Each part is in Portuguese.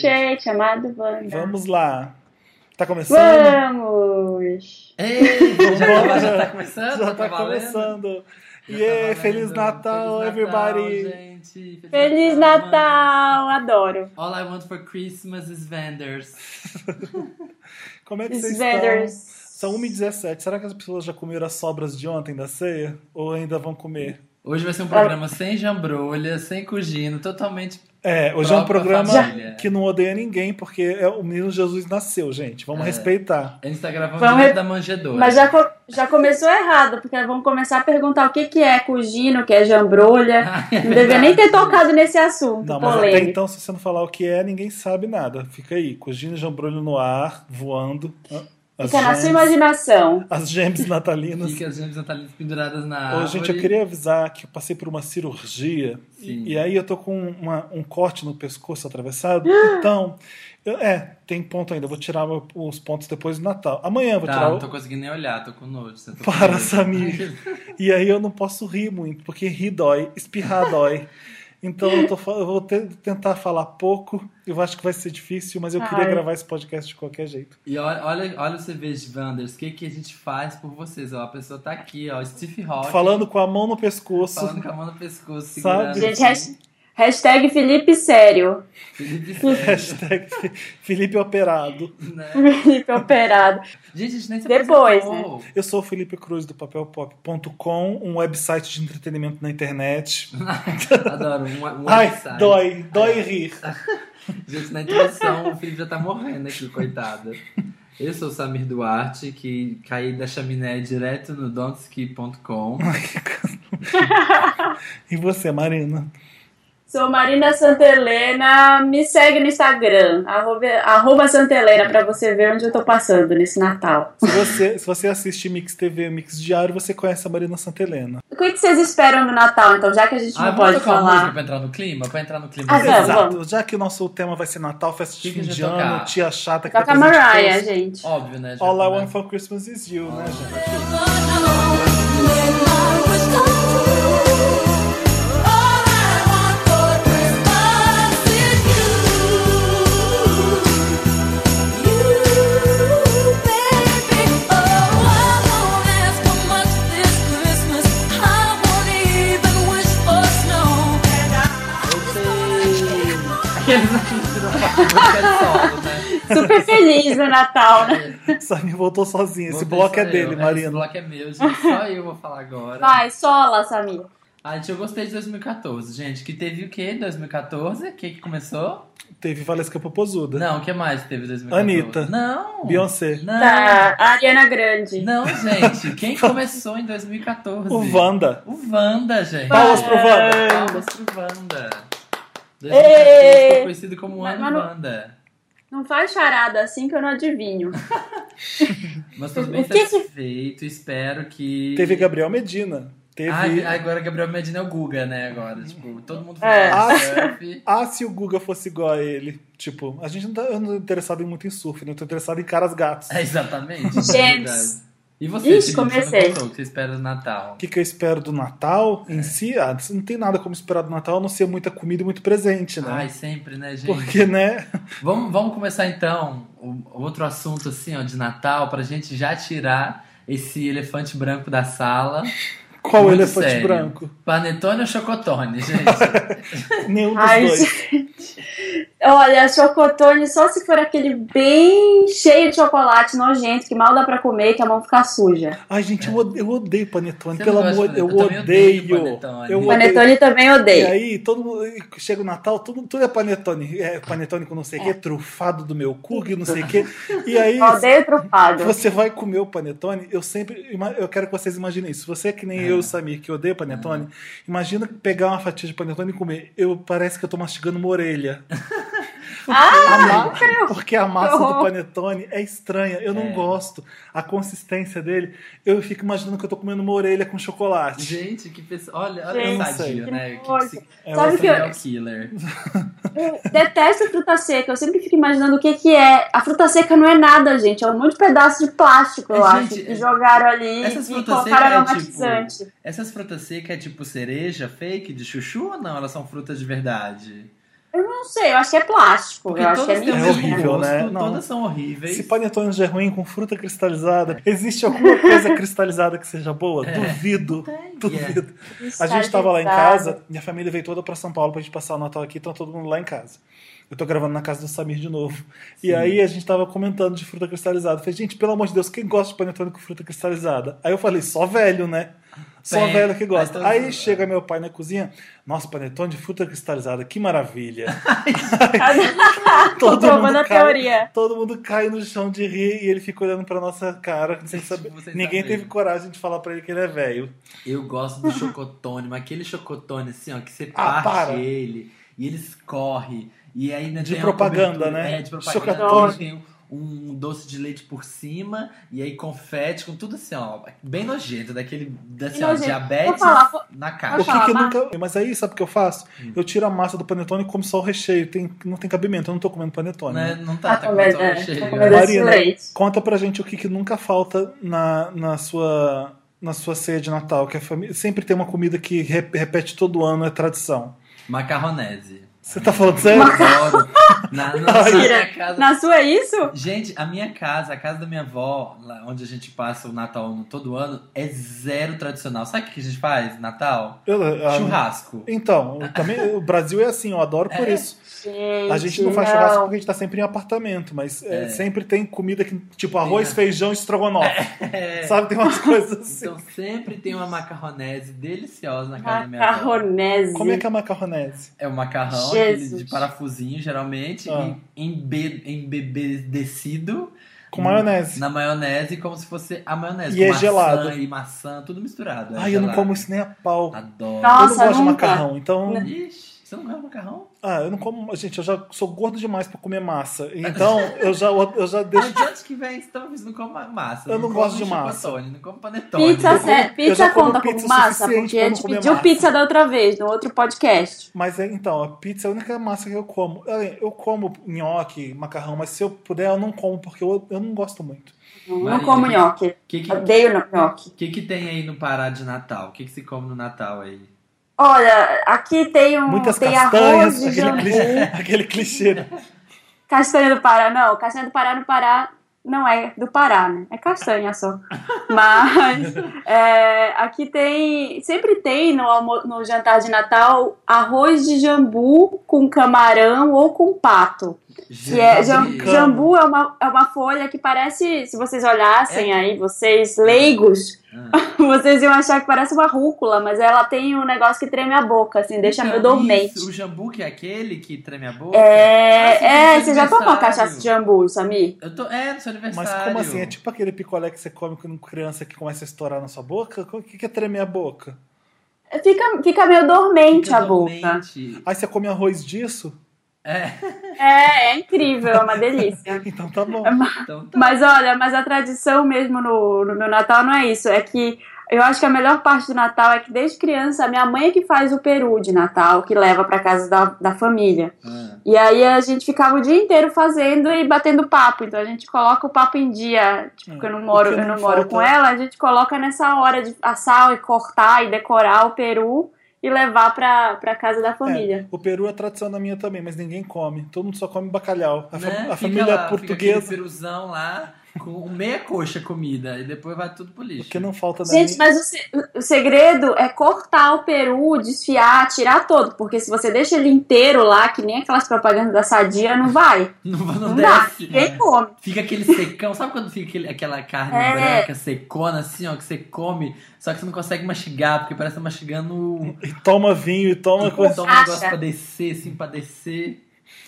Chat, Uh, amado Wanda. Vamos lá. Tá começando? Vamos! Ei, já, já tá começando? Já tá valendo? começando. Já E tá valendo. Feliz Natal, everybody! gente. Feliz, Feliz Natal! Adoro! All I want for Christmas is vendors. Como é que vocês Svenders. estão? São 1h17. Será que as pessoas já comeram as sobras de ontem da ceia? Ou ainda vão comer? Hoje vai ser um programa sem jambrolha, sem cugino, totalmente... É, hoje é um Própria programa família. que não odeia ninguém, porque é o menino Jesus nasceu, gente. Vamos É. respeitar. A gente tá gravando Vamos direto re- da manjedoura. Mas já, co- já começou errado, porque vamos começar a perguntar o que, que é cugino, o que é jambrolha. Ah, é Não devia nem ter tocado nesse assunto, Não, mas até polêmico. então, se você não falar o que é, ninguém sabe nada. Fica aí, cugino e jambrolho no ar, voando. As Fica na sua gems- imaginação. As gems natalinas. Fica as gêmeas natalinas penduradas na Ô, árvore. gente, eu queria avisar que eu passei por uma cirurgia Sim. e, e aí eu tô com uma- um corte no pescoço atravessado. então, eu- é, tem ponto ainda. Eu vou tirar meu- os pontos depois do Natal. Amanhã eu vou Tá, tirar. não o- tô conseguindo nem olhar, tô com nojo. você tá Para, com- Samir. E aí eu não posso rir muito, porque rir dói, espirrar dói. Então eu, tô fa- eu vou te- tentar falar pouco. Eu acho que vai ser difícil, mas eu queria Ai. gravar esse podcast de qualquer jeito. E olha, olha, olha os CVs de Wanders, o que, que a gente faz por vocês? Ó, a pessoa tá aqui, ó, Steve Rock. Falando com a mão no pescoço. Falando com a mão no pescoço, Sabe? segurando. assim, Gente, has- hashtag Felipe Sério. Felipe Sérgio, Hashtag Felipe Operado. né? Felipe Operado. Gente, a gente nem se Depois, né? apresentou. Eu sou o Felipe Cruz do papelpop.com, um website de entretenimento na internet. Adoro, um, um Ai, website. dói, dói rir. Gente, na introdução, o Felipe já tá morrendo aqui, coitada. Eu sou o Samir Duarte, que caí da chaminé direto no donski.com. E você, Marina? Sou Marina Santelena. Me segue no Instagram, arroba, arroba Santelena, pra você ver onde eu tô passando nesse Natal. Se você, se você assiste Mix TV, Mix Diário, você conhece a Marina Santelena. O que que vocês esperam no Natal, então, já que a gente Ah, não vamos pode tocar uma música falar? pra entrar no clima? Pra entrar no clima. Ah, vamos, Exato. vamos. Já que o nosso tema vai ser Natal, festa de Que que fim a gente de vai tocar? ano, tia chata que Toca tá a presente Mariah, todos. gente. Óbvio, né? já All I começa. Want for Christmas is You, né, gente? Aqueles aqui que não fazem música é solo, né? Super feliz no Natal, né? Samir voltou sozinho. Esse Vou bloco é pensar eu. dele, Esse Marina. bloco é meu, gente. Só eu vou falar agora. Vai, sola, Samir. Ah, gente, eu gostei de 2014, gente. Que teve o quê em 2014? O que que começou? Teve Valesca Popozuda. Não, o que mais que teve em 2014? Anitta. Não! Beyoncé. Não! Da Tá, Ariana Grande. Não, gente. Quem começou em 2014? O Wanda. O Wanda, gente. É. Palmas pro Wanda. Palmas pro Wanda. 2014 Ei! foi conhecido como o Mas- ano mas não- Wanda. Não faz charada assim que eu não adivinho. Mas tô bem O que que- satisfeito. Espero que... Teve Gabriel Medina. Teve. Ah, agora Gabriel Medina é o Guga, né? Agora, tipo, todo mundo É. fala de surf. Ah, se o Guga fosse igual a ele. Tipo, a gente não tá eu não tô interessado em muito em surf, né? Eu tô interessado em caras gatos. É, exatamente. Gente. verdade. E você, Ixi, Felipe, você não comecei. contou o que você espera do Natal? O que, que eu espero do Natal É. em si? Ah, não tem nada como esperar do Natal a não ser muita comida e muito presente, né? Ai, sempre, né, gente? Porque, né? Vamos, vamos começar então o- outro assunto assim, ó, de Natal, pra gente já tirar esse elefante branco da sala. Qual Muito elefante sério. branco? Panetone ou chocotone, gente? Nenhum dos Ai, dois. Olha, chocotone só se for aquele bem cheio de chocolate nojento, que mal dá pra comer, que a mão fica suja. Ai, gente, eu odeio, eu odeio panetone. Você não Pelo gosta de amor de Deus, panetone? Eu também odeio panetone. eu odeio. Eu odeio. Panetone também E odeio. aí, todo mundo. Chega o Natal, tudo, tudo é panetone. É panetone com não sei o quê, trufado do meu cu, que não sei o quê. E aí, Odeio trufado. Você vai comer o panetone, eu sempre. ima- Eu quero que vocês imaginem isso. Você é que nem eu e o Samir, que odeia panetone, imagina pegar uma fatia de panetone e comer. Eu parece que eu tô mastigando uma orelha. Ah, A ma- porque a massa Que do horror. panetone é estranha, eu não É. gosto. A consistência dele, eu fico imaginando que eu tô comendo uma orelha com chocolate. gente, que pessoa. Olha, olha o Gente, sadio, que né? Que nojo. psi- É Sabe outra- o que eu- serial killer. Eu detesto fruta seca. Eu sempre fico imaginando o que, que é. A fruta seca não é nada, gente. É um monte de pedaço de plástico, eu É, acho, gente, que é- jogaram ali essas e frutas colocaram secas é aromatizante. Essas frutas secas é tipo cereja fake de chuchu ou não? Elas são frutas de verdade? Eu não não sei, eu acho que é plástico. Porque eu acho que é todas têm um o É mentira. mesmo horrível, gosto, né? Não. todas são horríveis. Se panetones é ruim com fruta cristalizada, existe alguma coisa cristalizada que seja boa? É. Duvido. Tem. Duvido. né? A gente tava lá Cristalizado. em casa, minha família veio toda pra São Paulo pra gente passar o Natal aqui, então todo mundo lá em casa. Eu tô gravando na casa do Samir de novo. E Sim. aí a gente tava comentando de fruta cristalizada. Falei, gente, pelo amor de Deus, quem gosta de panetone com fruta cristalizada? Aí eu falei, só velho, né? Só Tem, velho que mas gosta. todo Aí mundo- chega meu pai na cozinha, nossa, panetone de fruta cristalizada, que maravilha. Todo Comprovando mundo a cai. teoria. Todo mundo cai no chão de rir e ele fica olhando pra nossa cara, sem saber. Vocês Ninguém sabem. teve coragem de falar pra ele que ele é velho. Eu gosto do chocotone, mas aquele chocotone assim, ó, que você Ah, parte para. ele e ele escorre. E ainda De tem a propaganda, cobertura- né? É, de propaganda. Chocotone. Tem um, um doce de leite por cima e aí confete com tudo assim, ó. Bem nojento, daquele da, assim, ó, Nojento. diabetes Vou falar, vou- na O que, caixa. falar. que eu mas- nunca. Mas aí, sabe o que eu faço? Hum. Eu tiro a massa do panetone e como só o recheio. Tem, não tem cabimento, eu não tô comendo panetone. Né? né? Não tá, Tá tá comendo, com é, o tá cheio. comendo né? esse Marina. leite. Conta pra gente o que, que nunca falta na, na sua. Na sua ceia de Natal, que a família sempre tem uma comida que re- repete todo ano, é tradição. Macarronese. Você tá falando sério? Adoro. Na, na, na Mentira. minha casa Na sua é isso? Gente, a minha casa, a casa da minha avó, lá onde a gente passa o Natal todo ano, é zero tradicional. Sabe o que a gente faz, Natal? Eu- a- Churrasco. Então, eu também, o Brasil é assim, eu adoro por É. isso. A gente não faz churrasco porque a gente tá sempre em apartamento, mas é, É. sempre tem comida que, tipo, arroz, Tem, feijão, estrogonofe. É. Sabe, tem umas coisas assim. Então sempre tem uma macarronese deliciosa na casa da minha avó. Macarronese. né, Como é que é a macarronese? É o macarrão Jesus. aquele de parafusinho, geralmente, Ah. e embe- embebedecido Com maionese. na maionese, como se fosse a maionese. E com é maçã gelado. E maçã, tudo misturado. é Ai, eu não gelado. como isso nem a pau. Adoro. Nossa, eu nunca. Né. não gosto de macarrão, então. Ixi, você não gosta de macarrão? Ah, eu não como. Gente, eu já sou gordo demais pra comer massa. Então, eu já, eu já deixo. Mas antes que vem, então você não come massa. Eu não come gosto de massa. chipotone, Não come panetone. Pizza, Eu como- sé- eu pizza já como conta pizza como o massa, suficiente porque pra a não gente comer pediu massa. pizza da outra vez, no outro podcast. Mas é, então, a pizza é a única massa que eu como. Olha, Eu como nhoque, macarrão, mas se eu puder, eu não como, porque eu, eu não gosto muito. Não Marina, como que- nhoque. O que, que, Odeio nhoque. que que tem aí no Pará de Natal? O que, que se come no Natal aí? Olha, aqui tem um. Muitas tem arroz castanhas, de aquele jambu. clichê, aquele clichê. Castanha do Pará, não. Castanha do Pará no Pará não é do Pará, né? É castanha só. Mas é, aqui tem. Sempre tem no, almo- no jantar de Natal arroz de jambu com camarão ou com pato. Que tá é, jam- brincando. jambu é uma, é uma folha que parece, se vocês olhassem aí, vocês leigos, É. Ah, vocês iam achar que parece uma rúcula, mas ela tem um negócio que treme a boca, assim, deixa então, meio dormente. isso, o jambu que é aquele que treme a boca? É, Ah, é, sim, você já tomou aniversário. cachaça de jambu, Samir? Eu tô, é, no seu Mas aniversário. como assim? É tipo aquele picolé que você come com criança que começa a estourar na sua boca? O que que é tremer a boca? Fica, fica meio dormente Fica a boca. dormente. Aí você come arroz disso? É, É, é incrível, é uma delícia. Então tá bom. então tá. Mas olha, mas a tradição mesmo no, no meu Natal não é isso. É que eu acho que a melhor parte do Natal é que desde criança a minha mãe é que faz o peru de Natal, que leva pra casa da, da família. Ah, E aí a gente ficava o dia inteiro fazendo e batendo papo. Então a gente coloca o papo em dia. Tipo, Hum, que eu não o moro, que eu não não moro falta- com ela, a gente coloca nessa hora de assar e cortar e decorar o peru e levar pra, pra casa da família. O peru é tradição da minha também, mas ninguém come. Todo mundo só come bacalhau. A, fa- né? Fica a família lá, Fica aquele portuguesa, piruzão lá, com meia coxa comida, e depois vai tudo pro o lixo. que não falta na Gente, minha... mas o, se- o segredo é cortar o peru, desfiar, tirar todo, porque se você deixa ele inteiro lá, que nem aquelas propagandas da sadia, não vai. Não, Não não dá. desce. Quem come? Fica aquele secão, sabe quando fica aquele- aquela carne É. branca secona assim, ó, que você come, só que você não consegue mastigar, porque parece que tá mastigando um E toma vinho, e toma coisa. toma um negócio Acha. pra descer, assim, pra descer.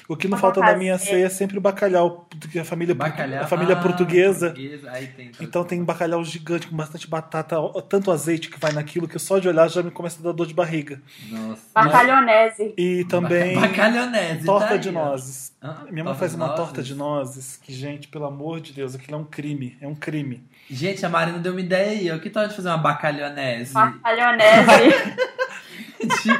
O que não Uma falta na minha caseira. ceia é sempre o bacalhau. Porque a família, Bacalhau. a família Ah, portuguesa. Aí tem. Então tem bacalhau gigante com bastante batata, tanto azeite que vai naquilo que só de olhar já me começa a dar dor de barriga. Nossa. Bacalhonese. E também Bacalhonese. tá torta aí, de ó. nozes. Hã? Minha mãe Torta faz de uma nozes? torta de nozes que, gente, pelo amor de Deus, aquilo é um crime. É um crime. Gente, a Marina deu uma ideia aí, ó. Que tal a gente fazer uma bacalhonese Ah. Bacalhonese. de,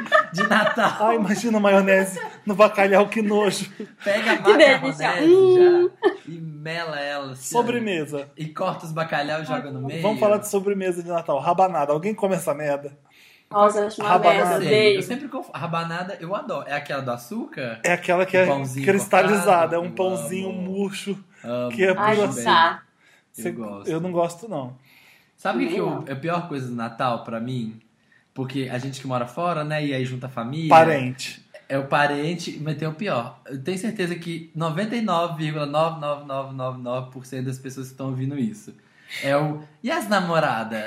de Natal? Ah, imagina maionese no bacalhau, que nojo. Pega a Que delícia. Hum. macarronese já e mela ela. assim, ó. Sobremesa. E corta os bacalhau e joga no meio. Vamos falar de sobremesa de Natal. Rabanada. Alguém come essa merda? Nossa, eu acho uma Rabanada. merda, Eu Sério, eu odeio. sempre confundo. Rabanada eu adoro. É aquela do açúcar? É aquela que é Um Pãozinho cortado, cristalizada, é um eu pãozinho amo. murcho. Amo Que é Ai, pura- não também. tá. Você- gosto. eu não gosto, não. Sabe o que eu- Não. é a pior coisa do Natal pra mim? Porque a gente que mora fora, né? E aí junta a família. Parente. É o parente, mas tem o pior. Eu tenho certeza que 99,99999% das pessoas que estão ouvindo isso. É o. E as namoradas?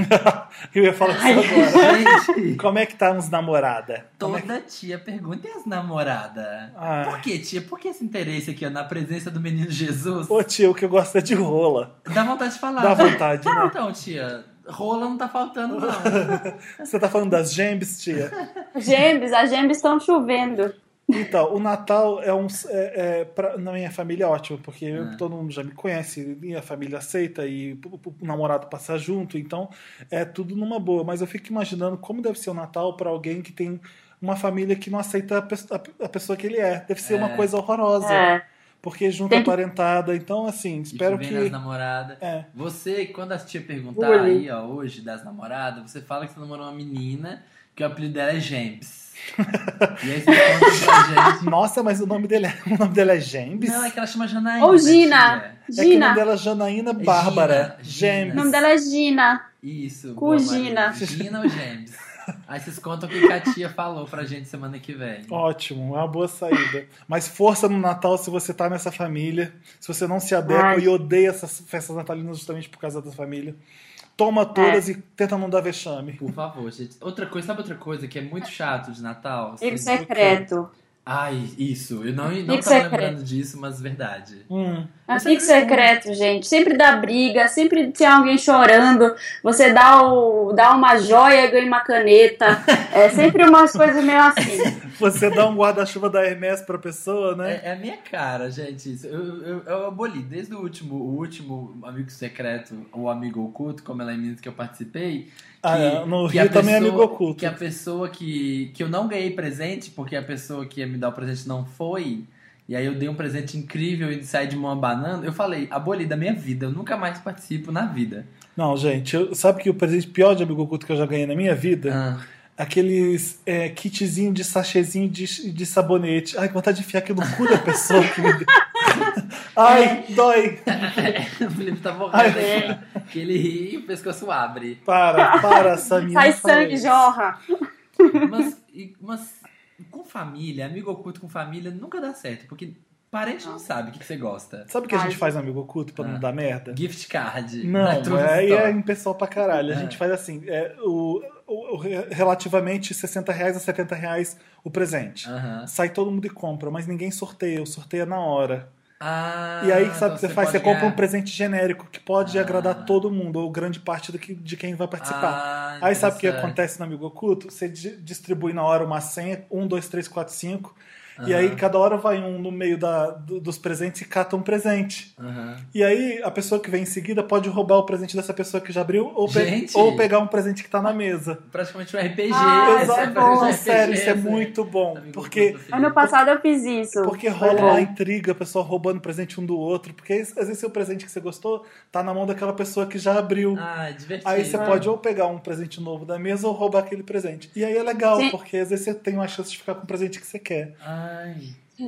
Eu ia falar Ai. isso agora. Gente, Como é que tá uns namorada? Como é que- toda tia pergunta: e as namoradas? Ai. Por que, tia? Por que esse interesse aqui, ó, na presença do menino Jesus? Ô tio, o que eu gosto é de rola. Dá vontade de falar. Dá vontade, Não, né? então, tia, rola não tá faltando, não. Você tá falando das gembes, tia? Gembes, as gembes estão chovendo. Então, o Natal é um. É, é, pra- na minha família é ótimo, porque eu- todo mundo já me conhece, minha família aceita e o, o- o namorado passa junto, então é tudo numa boa. Mas eu fico imaginando como deve ser o Natal pra alguém que tem uma família que não aceita a, pes- a- a pessoa que ele é. Deve ser É. uma coisa horrorosa. É. Porque junta Tem a que- parentada, então assim, espero Tipo, vem que. nas namoradas. É. Você, quando a tia perguntar Olha. aí, ó, hoje, das namoradas, você fala que você namorou uma menina, que o apelido dela é James. e aí você conta pra gente. Nossa, mas o nome dele é, o nome dele é Gembes? Não, é que ela chama Janaína. Ou Gina. É que o Gina. nome dela é Janaína Bárbara. Gina, O Gembes. nome dela é Gina. tia. Isso. Com boa, Maria. Gina. Gina ou James? Aí vocês contam o que que a tia falou pra gente semana que vem. Ótimo, é uma boa saída. Mas força no Natal se você tá nessa família, se você não se adequa Ai. e odeia essas festas natalinas justamente por causa da família. Toma todas e tenta não dar vexame. Por favor, gente. Outra coisa, sabe outra coisa que é muito chato de Natal? Amigo Assim, secreto. Ai, isso. Eu não, não Amigo tava secreto. lembrando disso, mas verdade. Hum, Ah, Amigo secreto, gente. Sempre dá briga, sempre tem alguém chorando. Você dá, o, dá uma joia e ganha uma caneta. É sempre umas coisas meio assim. você dá um guarda-chuva da Hermes pra pessoa, né? É, é a minha cara, gente. Isso. Eu, eu, eu aboli desde o último, o último amigo secreto, ou amigo oculto, como ela é menina que eu participei. Que, Ah, é, no que Rio a também pessoa- é amigo oculto. Que a pessoa que, que eu não ganhei presente, porque a pessoa que ia me dar o presente não foi. E aí eu dei um presente incrível e saí de mão a banana. Eu falei, aboli da minha vida, eu nunca mais participo na vida. Não, gente, eu- sabe que o presente pior de amigo oculto que eu já ganhei na minha vida? Ah, Aqueles é, kitzinho de sachêzinho de, de sabonete. Ai, que vontade de enfiar aquilo no cu da pessoa que me deu. Ai, dói. o Felipe tá morrendo Ai, aqui. Que ele ri e o pescoço abre. Para, para, Samir. Sai não fala sangue, isso. jorra. Mas, e- mas com família, amigo oculto com família, nunca dá certo, porque parente não sabe o que, que você gosta. Sabe o que a Ai, gente faz no amigo oculto pra Ah. não dar merda? Gift card. né, na Não, True aí é Store. impessoal pra caralho. A É. gente faz assim, é, o, o- o- relativamente 60 reais a 70 reais o presente. Aham. Sai todo mundo e compra, mas ninguém sorteia, sorteia na hora. Ah, e aí, então sabe o que você, faz? Você pode compra um ganhar. presente genérico que pode Ah. agradar todo mundo, ou grande parte do que, de quem vai Ah, participar. aí sabe o que interessante. acontece no Amigo Oculto? Você di- distribui na hora uma senha, 1, 2, 3, 4, 5, E aí cada hora vai um no meio da- do- dos presentes e cata um presente. Aham. E aí a pessoa que vem em seguida pode roubar o presente dessa pessoa que já abriu ou, pe- Gente! ou pegar um presente que tá na mesa. Praticamente um RPG. Ah, né? isso Você é Exato. faz bom. um Não, RPG, sério, isso é né? muito bom. Amigo Porque, oculto, assim. filho. Ano passado eu fiz isso. É. porque Foi rola bom. uma intriga, a pessoa roubando presente um do outro. Porque às vezes seu presente que você gostou tá na mão daquela pessoa que já abriu. Ah, divertido. Aí você pode ou pegar um presente novo da mesa ou roubar aquele presente. E aí é legal, Sim. porque às vezes você tem uma chance de ficar com o presente que você quer. Ai.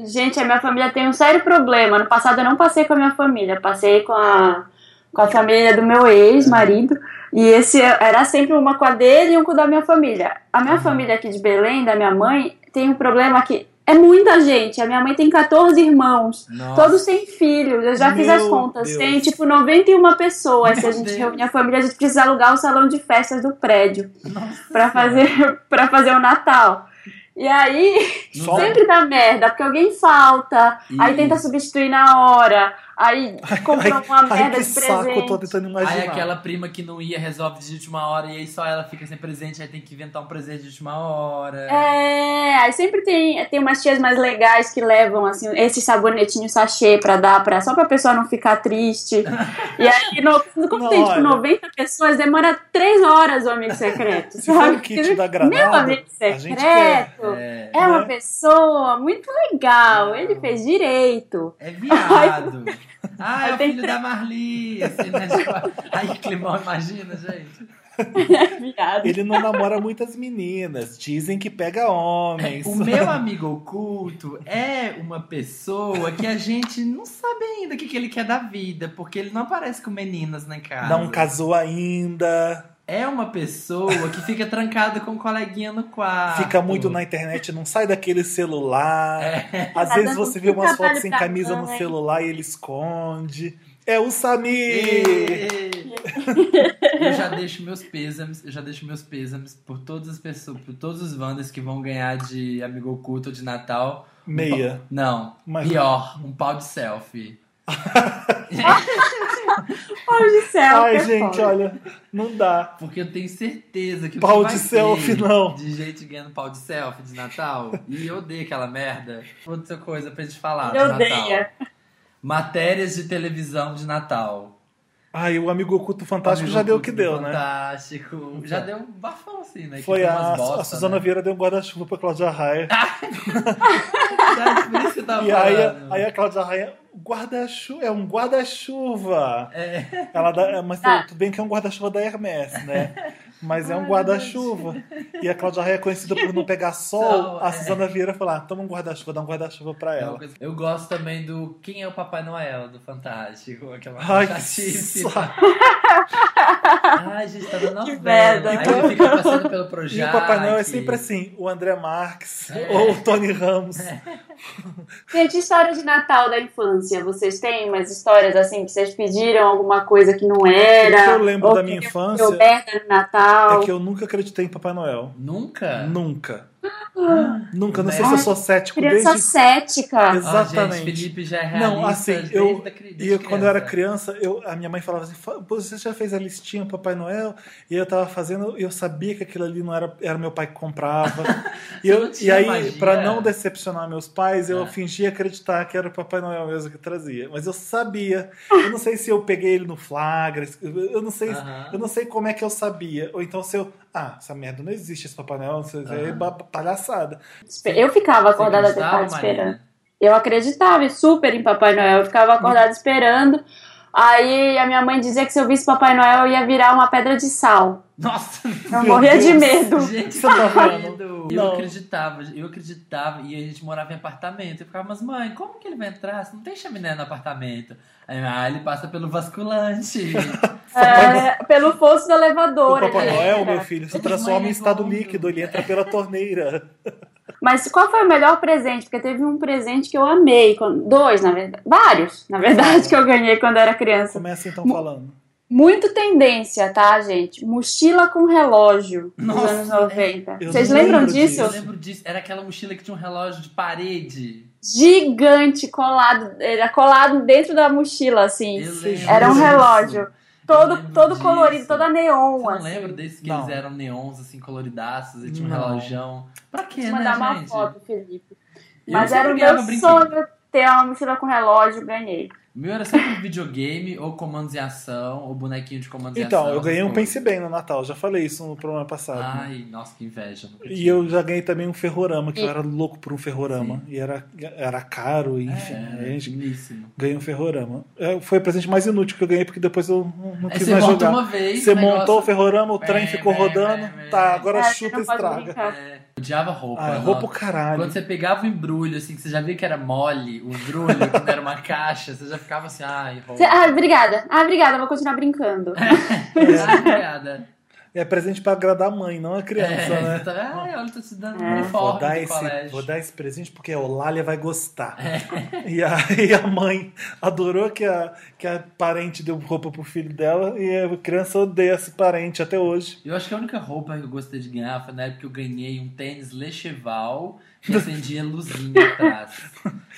Gente, a minha família tem um sério problema. Ano passado eu não passei com a minha família, passei com a, com a família do meu ex-marido. E esse é, era sempre uma com a dele e um com a da minha família. A minha família aqui de Belém, da minha mãe, tem um problema que é muita gente. A minha mãe tem 14 irmãos. Nossa. Todos têm filhos, eu já fiz Meu as contas. Deus. Tem tipo 91 pessoas. Se Meu a gente Deus. reunir a família, a gente precisa alugar o salão de festas do prédio Nossa pra fazer, pra fazer o Natal. E aí, Não Só- dá- Sempre dá merda, porque alguém falta, aí Ih. tenta substituir na hora, aí compra Ai, uma ai, merda que de saco, eu tô presente. tentando imaginar. Aí aquela prima que não ia resolve de última hora e aí só ela fica sem presente, aí tem que inventar um presente de última hora. É, aí sempre tem, tem umas tias mais legais que levam assim esse sabonetinho sachê pra dar pra, só pra pessoa não ficar triste. e aí, no, como Não, tem tipo olha. 90 pessoas, demora 3 horas o amigo secreto. Se for sabe? o kit da granada, Meu amigo a gente secreto É, é uma né? pessoa muito legal, ele fez direito. é viado. Ah, é o Tem filho da Marli. assim, né? Tipo, Aí, Climão, imagina, gente. Viado. Ele não namora muitas meninas. Dizem que pega homens. O meu amigo oculto é uma pessoa que a gente não sabe ainda o que, que ele quer da vida, porque ele não aparece com meninas na casa. Não casou ainda. É uma pessoa que fica trancada com um coleguinha no quarto. Fica muito na internet, não sai daquele celular. É. Às Tá vezes dando você muito vê umas trabalho fotos sem pra camisa no mãe. celular e ele esconde. É o Samir! E- Eu já deixo meus pêsames, eu já deixo meus pêsames por todas as pessoas, por todos os Wanders que vão ganhar de amigo oculto ou de Natal. Meia. Não, Mas- pior, um pau de selfie. É, Pau de céu. Ai, que é gente, foda. olha, não dá. Porque eu tenho certeza que o Pau que vai de selfie, ter não. De gente ganhando pau de selfie de Natal. E eu odeio aquela merda. Outra coisa pra gente falar. Ele de Natal. odeia. Matérias de televisão de Natal. Ai, o amigo oculto fantástico Amigo já deu o Oculto que deu, né? Então. Fantástico. Já deu um bafão, assim, né? Que Foi tem a, umas bosta, a Suzana né? Vieira deu um guarda-chuva pra Cláudia Raia. Verdade, É, Por isso que eu tava e aí, Tá falando. aí a Cláudia Raia, guarda-chuva, é um guarda-chuva. É, Ela dá, é, mas Tá. tudo bem que é um guarda-chuva da Hermes, né? Mas é Ai, um meu guarda-chuva. E a Cláudia Raia é conhecida por não pegar sol. Sol, A é. Suzana Vieira falou: ah, toma um guarda-chuva, dá um guarda-chuva pra é uma ela. coisa- Eu gosto também do Quem é o Papai Noel do Fantástico. Aquela Ai, que chatice. saco. Ai, gente, tá dando Que novela. merda. Aí ele fica passando pelo projeto. E o Papai Noel é sempre assim: o André Marques É. ou o Tony Ramos. Gente, história de Natal da infância. Vocês têm umas histórias assim que vocês pediram alguma coisa que não O que era? eu lembro ou da que minha deu- infância- deu merda no Natal. É que eu nunca acreditei em Papai Noel. Nunca? Nunca. Nunca. Não É. sei Né? se eu sou cético Criança desde. cética. Desde- Exatamente. Exatamente. Felipe já é realista Não, assim, desde eu- a cri- desde E eu, quando eu era criança. criança, eu, a minha mãe falava assim: "Fa- Pô, você já fez a listinha pro Papai Noel? E eu tava fazendo, e eu sabia que aquilo ali não era, era meu pai que comprava. e, Você eu- não e tinha aí, magia. pra não decepcionar meus pais, eu Ah. fingia acreditar que era o Papai Noel mesmo que trazia. Mas eu sabia. Eu não sei se eu peguei ele no flagra, eu eu não sei. Aham. Eu não sei como é que eu sabia. Ou então se eu. Ah, essa merda não existe, esse Papai Noel, isso aí é Ah. ba- palhaçada. Eu ficava Você acordada até acreditava, tarde Marina? esperando. Eu acreditava super em Papai Noel, eu Uhum. ficava acordada esperando. Aí a minha mãe dizia que se eu visse Papai Noel eu ia virar uma pedra de sal. Nossa, Eu Meu morria de Deus. medo. gente, Você tá vendo? medo. Não. Eu acreditava, eu acreditava, e a gente morava em apartamento. Eu ficava, mas mãe, como que ele vai entrar? Se não tem chaminé no apartamento. Aí, ah, ele passa pelo vasculante. É, pelo fosso do O elevador. né? Papai ele Noel, entra. meu filho, se Ele transforma em manda estado tudo. líquido, ele entra pela torneira. Mas qual foi o melhor presente? Porque teve um presente que eu amei. quando- Dois, na verdade. Vários, na verdade, que eu ganhei quando era criança. Começa então Mu- falando. Muito tendência, tá, gente? Mochila com relógio nos Nossa, é. anos 90. eu Vocês não lembram lembro disso? disso. eu lembro disso, era aquela mochila que tinha um relógio de parede. Gigante, colado. Era colado dentro da mochila, assim. Eu sim. lembro Era um disso. relógio. Todo, lembro todo disso. colorido, toda neon, Você não assim. lembra desses que Não. eles eram neons, assim, coloridaços, e tinha um Não. relojão. Pra quê, Vou né, te mandar uma gente? foto, Felipe. Eu Mas sempre era o ganhava meu brinquedo. sonho ter uma mochila com relógio, ganhei. O meu era sempre videogame, ou comandos em ação, ou bonequinho de comandos em ação. Então, eu ganhei um essas coisas. Pense Bem no Natal, já falei isso no programa passado. né? Ai, nossa, que inveja. nunca E tive. eu já ganhei também um ferrorama, que eu E- era louco por um ferrorama. E era, era caro, e, enfim. É, aí a é gente digníssimo. ganhei um ferrorama. É, Foi o presente mais inútil que eu ganhei, porque depois eu não não Aí quis É, você mais monta jogar. uma vez. Você o negócio- É, montou o ferrorama, o Bem, trem ficou bem, rodando. bem, bem. Tá, agora É, você chuta e não pode estraga. brincar. É, odiava roupa. Ah, nossa. roupa o caralho. Quando você pegava o embrulho, assim, que você já via que era mole, o embrulho, quando era uma caixa, você já ficava assim, ai, roupa. Cê- ah, obrigada. Ah, obrigada, vou continuar brincando. É, Ai, obrigada. É presente pra agradar a mãe, não a criança, É, né? você tá- ai, olha, tô te dando É. um Vou uniforme dar, do esse, colégio. É. vou dar esse presente porque a Olália vai gostar. E, a, e a mãe adorou que a, que a parente deu roupa pro filho dela e a criança odeia esse parente até hoje. Eu acho que a única roupa que eu gostei de ganhar foi na época que eu ganhei um tênis Lecheval que acendia luzinha atrás.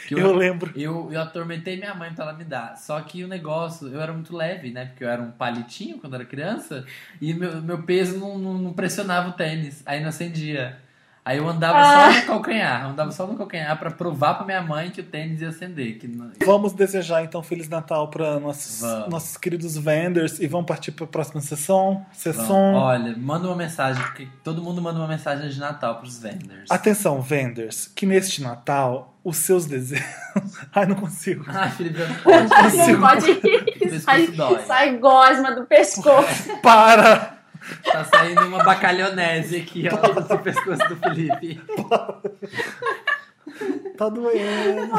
Que Eu, lembro. Eu, eu atormentei minha mãe pra ela me dar. Só que o negócio, eu era muito leve, né? Porque eu era um palitinho quando era criança. E meu, meu peso não, não, não pressionava o tênis. Aí não acendia. Aí eu andava Ah. só no calcanhar. Eu andava só no calcanhar pra provar pra minha mãe que o tênis ia acender. Que não- Vamos desejar então Feliz Natal para nossos, Vamos. nossos queridos vendors e vamos partir para a próxima sessão. Vamos, Sessão. Olha, manda uma mensagem. Porque todo mundo manda uma mensagem de Natal pros vendors. Atenção, vendors, que neste Natal os seus desejos. Ai, não consigo. Ai, Ah, Felipe, eu não posso. Não pode O rir. pescoço Sai, dói. sai gosma do pescoço. Para! Tá saindo uma bacalhonese aqui, ó, do pescoço do Felipe. Tá doendo.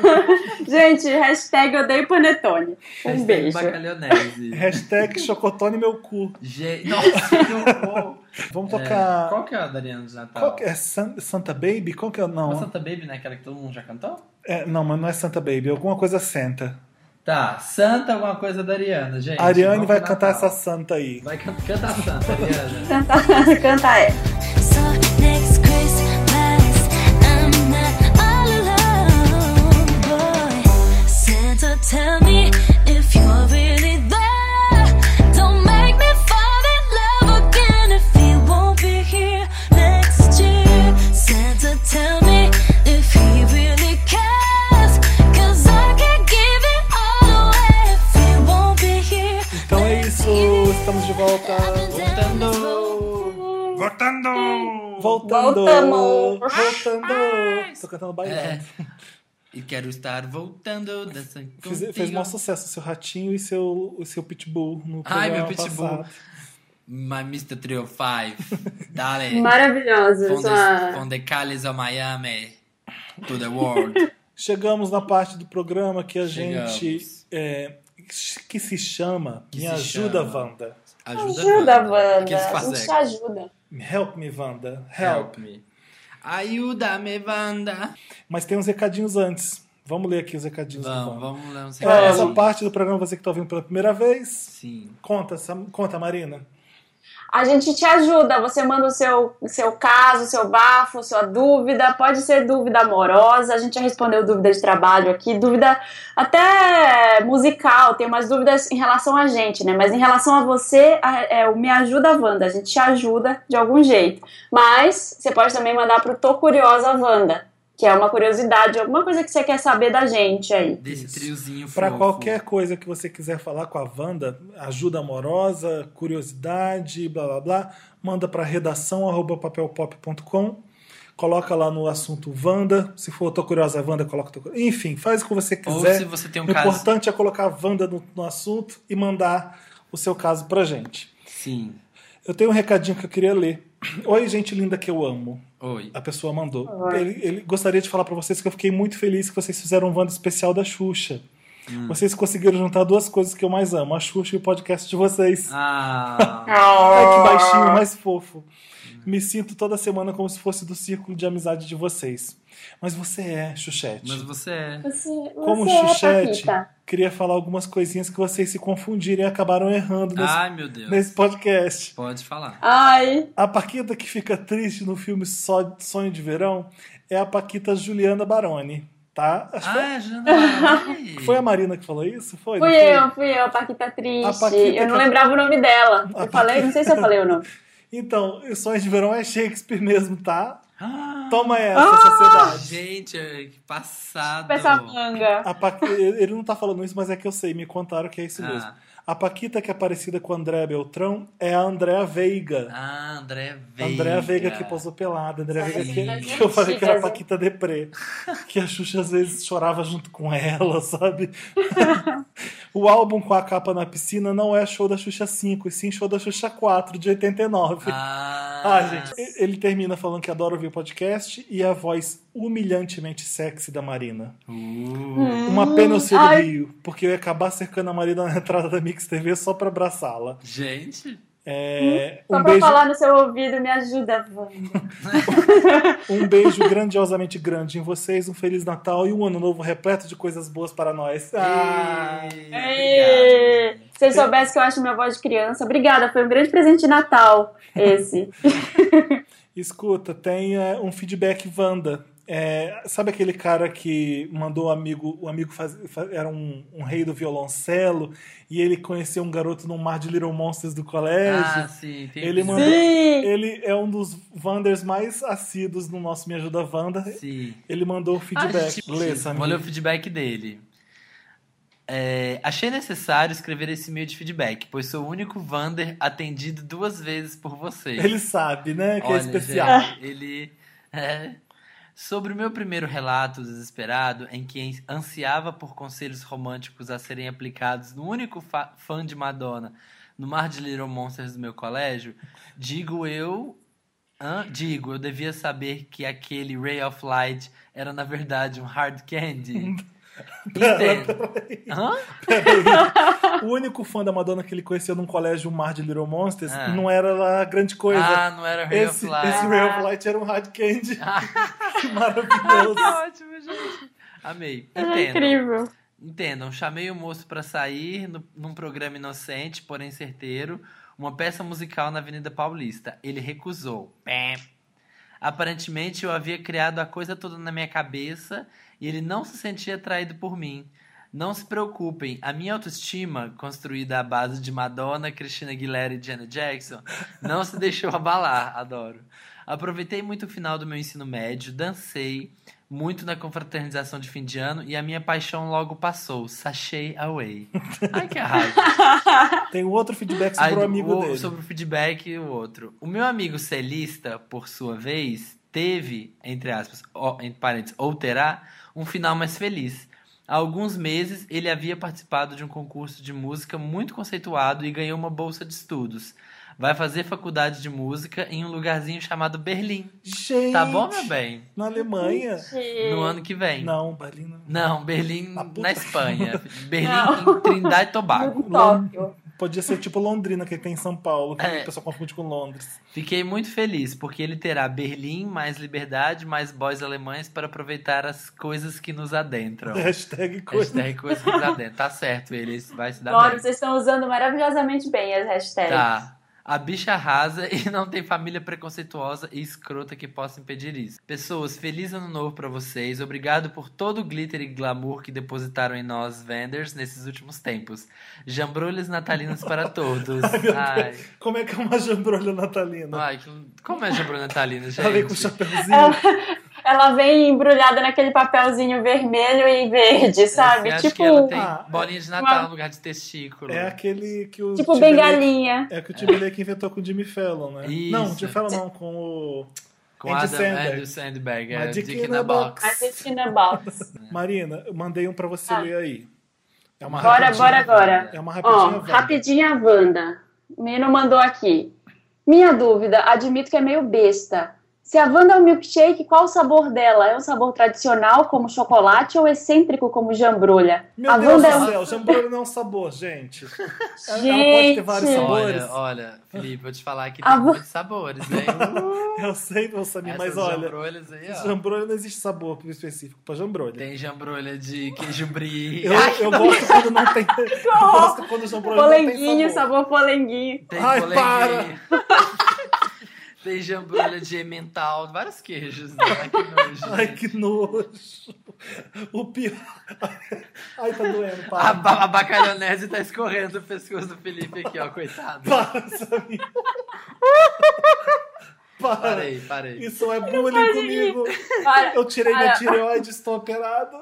Gente, hashtag odeio panetone. Um Hashtag beijo. Bacalhonese. Hashtag chocotone meu cu. Gente, nossa, que horror. Vamos É, tocar. qual que é a da Ariana de Natal? Qual que é San- Santa Baby? Qual que é? A Não. Santa Baby, né? Aquela que todo mundo já cantou? É, não, mas não é Santa Baby, é alguma coisa Santa. Tá, Santa alguma coisa da Ariana, gente. A Ariane Vamos vai pro cantar Natal. essa santa aí. Vai can- cantar Santa, Ariana. Canta, canta é. So next Christmas, I'm not all alone, boy. Santa, tell me if you're really there. Don't make me fall in love again if he won't be here next year. Santa, tell me if he really cares. 'Cause I can't give it all away if he won't be here. Então é isso, estamos de volta. Voltando! Voltando! Voltando! Voltamos. Voltando! Tô cantando É. bailando. E quero estar voltando, dançando Fiz, contigo. fez maior sucesso seu ratinho e seu, o seu pitbull no programa Ai, meu pitbull. passado. My Mr. 305. Dale. Maravilhoso. From the, Sua... from the Cali's of Miami to the world. Chegamos na parte do programa que a Chegamos. gente... é, que se chama Que Me se Ajuda, chama. Wanda. Ajuda, Ajuda, Wanda. O que Wanda. eles A gente te fazem? ajuda. Help me, Wanda. Help. Help me. Ajuda-me, Wanda. Mas tem uns recadinhos antes. Vamos ler aqui os recadinhos do Vamos, Wanda. vamos um lá. Não sei Então, o que. essa parte do programa, você que está ouvindo pela primeira vez, Sim. conta, Sam- conta Marina. A gente te ajuda. Você manda o seu, seu caso, seu bafo, sua dúvida. Pode ser dúvida amorosa. A gente já respondeu dúvida de trabalho aqui, dúvida até musical. Tem umas dúvidas em relação a gente, né? Mas em relação a você, a- é, o Me Ajuda Wanda. A gente te ajuda de algum jeito. Mas você pode também mandar pro Tô Curiosa Wanda, que é uma curiosidade, alguma coisa que você quer saber da gente aí. Desse Isso. triozinho fofo. Para qualquer coisa que você quiser falar com a Wanda, ajuda amorosa, curiosidade, blá blá blá, manda para redação arroba papelpop.com. Coloca lá no assunto Wanda. Se for Tô Curiosa é Wanda, coloca Tô Curiosa. Enfim, faz o que você Ou quiser. se você tem um o caso... importante é colocar a Wanda no, no assunto e mandar o seu caso pra gente. Sim. Eu tenho um recadinho que eu queria ler. Oi, gente linda que eu amo. Oi. A pessoa mandou. Oi. Ele, ele gostaria de falar pra vocês que eu fiquei muito feliz que vocês fizeram um Wanda especial da Xuxa. Hum. Vocês conseguiram juntar duas coisas que eu mais amo: a Xuxa e o podcast de vocês. Ah... Ai, que baixinho, mais fofo. Me sinto toda semana como se fosse do círculo de amizade de vocês. Mas você é, Xuxete. Mas você é. Você, Como você é Xuxete, Paquita. queria falar algumas coisinhas que vocês se confundiram e acabaram errando nesse, Ai, Ah, meu Deus. nesse podcast. Pode falar. Ai, A Paquita que fica triste no filme Só- Sonho de Verão é a Paquita Juliana Baroni, tá? Acho que Ah, Jana. foi- foi a Marina que falou isso? Foi? Fui Não foi? eu, fui eu, Paquita A Triste. Paquita eu não tá- que- lembrava o nome dela. A Eu falei, não sei se eu falei o nome. Então, Sonho de Verão é Shakespeare mesmo, tá? Ah, Toma essa, Ah! sociedade. gente, é, que passado. Essa manga. A Paqui- Ele não tá falando isso, mas é que eu sei, me contaram que é isso Ah. mesmo. A Paquita que é parecida com a Andréa Beltrão é a Andréa Veiga. Ah, André Veiga. Andréa Veiga Ah. que posou pelada, Andréa Essas Veiga que, meninas que eu falei que era a antigas, hein? Paquita Deprê. Que a Xuxa às vezes chorava junto com ela, sabe? o álbum com a capa na piscina não é show da Xuxa 5, e sim show da Xuxa 4, de 89. Ah, Ah, gente, e- ele termina falando que adora ouvir o podcast e a voz humilhantemente sexy da Marina. Uh, Uma pena eu ser do Hum. ai. Rio, porque eu ia acabar cercando a Marina na entrada da Mix TV só pra abraçá-la. gente, É, Só um, pra beijo, falar no seu ouvido, me ajuda, Wanda. um beijo grandiosamente grande em vocês, um Feliz Natal e um ano novo repleto de coisas boas para nós. Ah, Ei, obrigado. Se eu soubesse que eu acho minha voz de criança, obrigada, foi um grande presente de Natal esse. escuta, tem é, um feedback Wanda. É, sabe aquele cara que mandou o amigo, o amigo faz- fa- era um, um rei do violoncelo e ele conheceu um garoto num mar de Little Monsters do colégio? Ah, sim, tem Ele episódio. mandou- Sim! Ele é um dos Wanders mais assíduos no nosso Me Ajuda Wanda. Sim. Ele mandou o Ah, feedback. gente, Lê, Vou ler o Samir. feedback dele. É, achei necessário escrever esse e-mail de feedback, pois sou o único Vander atendido duas vezes por você. Ele sabe, né? Que é Olha, especial. gente, ele. é. Sobre o meu primeiro relato desesperado, em que ansiava por conselhos românticos a serem aplicados no único fa- fã de Madonna, no mar de Little Monsters do meu colégio, digo eu. hã? Digo, eu devia saber que aquele Ray of Light era, na verdade, um hard candy. Entendo. Hã? O único fã da Madonna que ele conheceu num colégio um mar de Little Monsters Ah. não era lá grande coisa. Ah, não era Ray é. of esse, Light. esse Ray of Light era um hard candy. que maravilhoso. Ótimo, gente. Amei. É Entendo. incrível. Entendam, chamei o moço pra sair no- num programa inocente, porém certeiro, uma peça musical na Avenida Paulista. Ele recusou. Pé. Aparentemente eu havia criado a coisa toda na minha cabeça e ele não se sentia atraído por mim. Não se preocupem, a minha autoestima, construída à base de Madonna, Cristina Aguilera e Janet Jackson, não se deixou abalar, adoro. Aproveitei muito o final do meu ensino médio, dancei muito na confraternização de fim de ano e a minha paixão logo passou, sachei away. Ai que raiva. Tem um outro feedback Aí, sobre o amigo o- dele. Sobre o feedback e o outro. O meu amigo celista, por sua vez, teve, entre aspas, ó, entre parênteses, ou terá, um final mais feliz. Há alguns meses, ele havia participado de um concurso de música muito conceituado e ganhou uma bolsa de estudos. Vai fazer faculdade de música em um lugarzinho chamado Berlim. Gente, Tá bom, meu bem? na Alemanha? No ano que vem. Não, Berlim não. Não, Berlim Na Ah, puta na Espanha. Berlim Não. em Trindade e Tobago. No Tóquio. Podia ser tipo Londrina, que tem em São Paulo, que É. o pessoal confunde com Londres. Fiquei muito feliz, porque ele terá Berlim, mais liberdade, mais boys alemães para aproveitar as coisas que nos adentram. Hashtag coisa. Hashtag coisas que nos adentram. Tá certo, ele vai se dar Adoro, bem. vocês estão usando maravilhosamente bem as hashtags. É Tá. A bicha rasa e não tem família preconceituosa e escrota que possa impedir isso. Pessoas, feliz ano novo pra vocês. Obrigado por todo o glitter e glamour que depositaram em nós, vendors, nesses últimos tempos. Jambrulhas natalinas para todos. Ai, Como é que é uma jambrolha natalina? ai que- como é jambrulha natalina, Ah, gente? Tá ali com o chapéuzinho. Ela, ela vem embrulhada naquele papelzinho vermelho e verde, sabe? Você acha que ela Tipo, tem Ah, bolinha de Natal uma- no lugar de testículo. É aquele que o. um tipo Timberlake- bengalinha. É que o Timberlake inventou com o Jimmy Fallon, né? Isso. Não, o Jimmy Fallon não, com o. Com Andy Adam Sandberg. Andrew Sandberg. Uma É, dica Dick na na box. Mas esse na box. Marina, eu mandei um pra você Ah. ler aí. É uma Bora, rapidinha- bora agora. É uma rapidinha. Ó, Wanda. rapidinha, Wanda. O menino mandou aqui. Minha dúvida, admito que é meio besta. Se a Wanda é um milkshake, qual o sabor dela? É um sabor tradicional, como chocolate, ou excêntrico, como jambrolha? Meu a Deus Wanda é do um... céu, jambrolha não é um sabor, gente. Ela- Ela pode ter Gente! vários sabores. Olha, olha, Felipe, vou te falar que Ah, tem vou- muitos sabores, hein? Eu sei, meu Samir, mas Essas olha. jambrolhas aí, ó. Jambrolha não existe sabor específico pra jambrolha. Tem jambrolha de queijo brie. Eu, eu gosto quando não tem. Eu gosto quando jambrolha não tem Polenguinho, sabor. sabor polenguinho. Tem Ai, polenguinho. tem jambrolha de emmental. Vários queijos. Né? Ai, que nojo. Ai, que nojo. O pior. Ai, tá doendo, A, para. ba- a bacalhonese tá escorrendo o pescoço do Felipe aqui, ó. Coitado. Para, Samir. Para. Parei, parei. Isso é bullying comigo. Para, Eu tirei minha para. tireoide, estou operado.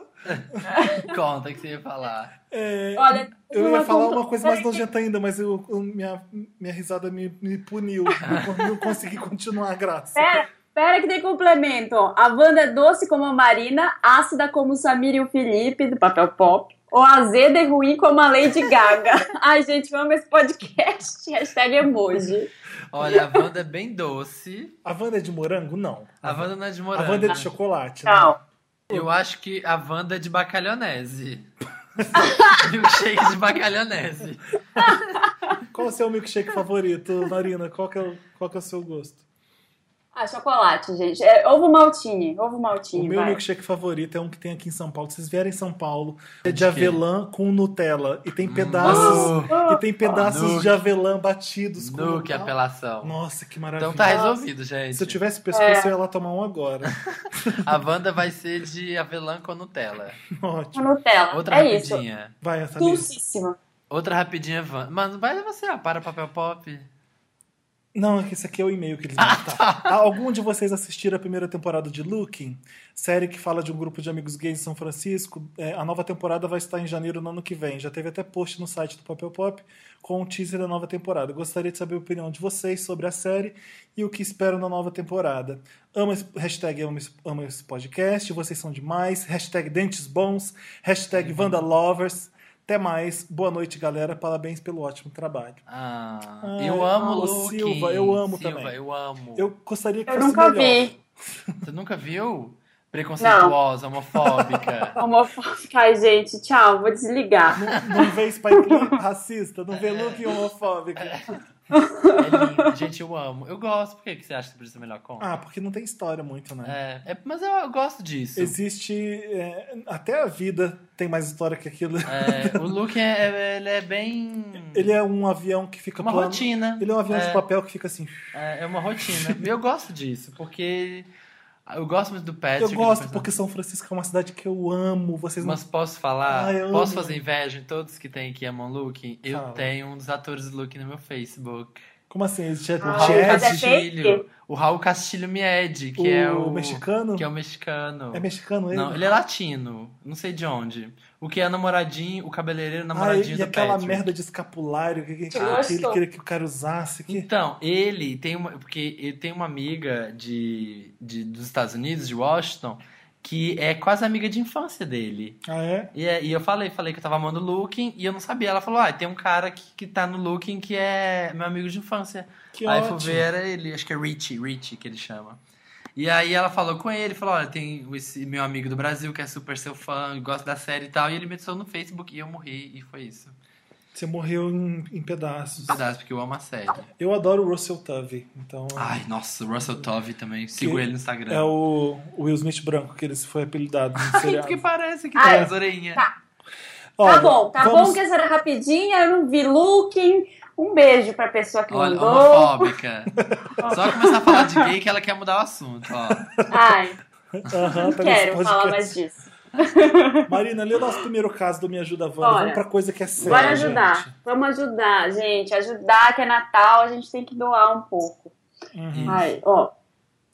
Conta o que você ia falar. É, Olha, eu ia uma falar conta- uma coisa mais Peraí, nojenta ainda, mas eu, eu- minha, minha risada me, me puniu. Não, não consegui continuar a graça. Pera, pera que tem complemento. A Wanda é doce como a Marina, ácida como o Samir e o Felipe, do Papel Pop. Ou azeda e ruim como a Lady Gaga. Ai, gente, vamos esse podcast. Hashtag emoji. Olha, a Wanda é bem doce. A Wanda é de morango? Não. A Wanda não é de A morango. Wanda é de chocolate. né? Tchau. Eu acho que a Wanda é de bacalhonese. Milkshake é de bacalhonese. Qual o seu milkshake favorito, Marina? Qual que é o, qual que é o seu gosto? Ah, chocolate, gente. É, ovo maltine. Ovo O maltine, meu vai. milkshake favorito é um que tem aqui em São Paulo. Se vocês vierem em São Paulo, é de De quê? avelã com Nutella. E tem pedaços. Ah, E tem pedaços Hum. Nuke. de avelã batidos com Nu, que Nutella. apelação. Nossa, que maravilha. Então tá resolvido, gente. é Se eu tivesse pescoço, eu ia lá tomar um agora. A Wanda vai ser de avelã com Nutella. com Ótimo. Nutella. Outra é isso. rapidinha. Vai, essa Dulcíssima. Outra rapidinha, Wanda. Mano, vai você, ó, para papel pop. Não, é que esse aqui é o e-mail que eles mandaram. Tá. Algum de vocês assistir a primeira temporada de Looking? Série que fala de um grupo de amigos gays em São Francisco. É, a nova temporada vai estar em janeiro no ano que vem. Já teve até post no site do Papel Pop com o teaser da nova temporada. Gostaria de saber a opinião de vocês sobre a série e o que esperam da nova temporada. Amo esse, hashtag amo esse, amo esse podcast. Vocês são demais. Hashtag Dentes Bons. Hashtag Vandalovers. Até mais. Boa noite, galera. Parabéns pelo ótimo trabalho. Ah, Ah, eu amo o Luke. Silva, eu amo Silva, também. eu amo. Eu gostaria que Eu fosse nunca melhor. vi Você nunca viu? Preconceituosa, homofóbica. É homofóbica. Ai, gente, tchau, vou desligar. Não vê Spike Lee racista, não vê Luke homofóbico. É lindo. Gente, eu amo. Eu gosto. Por que que você acha que precisa ser melhor conta? Ah, porque não tem história muito, né? É, é, mas eu, eu gosto disso. Existe. é, até a vida tem mais história que aquilo. É, o Luke é, ele é bem. Ele é um avião que fica uma plano. rotina. Ele é um avião É. de papel que fica assim. É, é uma rotina. E eu gosto disso, porque eu gosto muito do Patrick. eu do gosto personagem. porque São Francisco é uma cidade que eu amo. Vocês não. tipo Mas posso falar? Ah, eu posso amo. fazer inveja em todos que tem aqui amam Luke? Eu Fala. tenho um dos atores do Luke no meu Facebook. Como assim? Jet, Ah, O Raul Jed? Mas é Jet, Castilho. O Raul Castilho Mied, que o, é o. mexicano? Que é o mexicano. É mexicano ele? Não, ele é latino. Não sei de onde. O que é namoradinho, o cabeleireiro Ah, namoradinho e do aquela Patrick. merda de escapulário que, que- que Gosto. ele queria que o cara usasse. Que... Então, ele tem uma. Porque ele tem uma amiga de, de- dos Estados Unidos, de Washington, que é quase amiga de infância dele. Ah, é? E, é- e eu falei, falei que eu tava amando o Looking e eu não sabia. Ela falou: Ah, tem um cara que, que tá no Looking que é meu amigo de infância. Que aí eu ótimo. fui ver, era ele, acho que é Richie, Richie que ele chama. E aí ela falou com ele, falou, olha, tem esse meu amigo do Brasil que é super seu fã, gosta da série e tal. E ele me adicionou no Facebook e eu morri, e foi isso. Você morreu em, em pedaços. Um pedaço, porque eu amo a série. Eu adoro o Russell Tovey. Então, Ai, nossa, o Russell Tovey também. Sigo Que ele no Instagram. é o o Will Smith branco que ele se foi apelidado no Ai, seriado. porque parece que Ai, tem as orelhinhas. tá. Olha, tá bom, tá vamos- bom que essa era rapidinha, eu não vi looking. Um beijo pra pessoa que Olha, mandou. homofóbica. Só começar a falar de gay que ela quer mudar o assunto, ó. Ai, Aham, não tá nesse quero podcast. falar mais disso. Marina, lê o nosso primeiro caso do Me Ajuda Wanda. Bora. Vamos pra coisa que é séria. Bora ajudar. gente. Vamos ajudar, gente. Ajudar que é Natal, a gente tem que doar um pouco. Uhum. Ai, ó.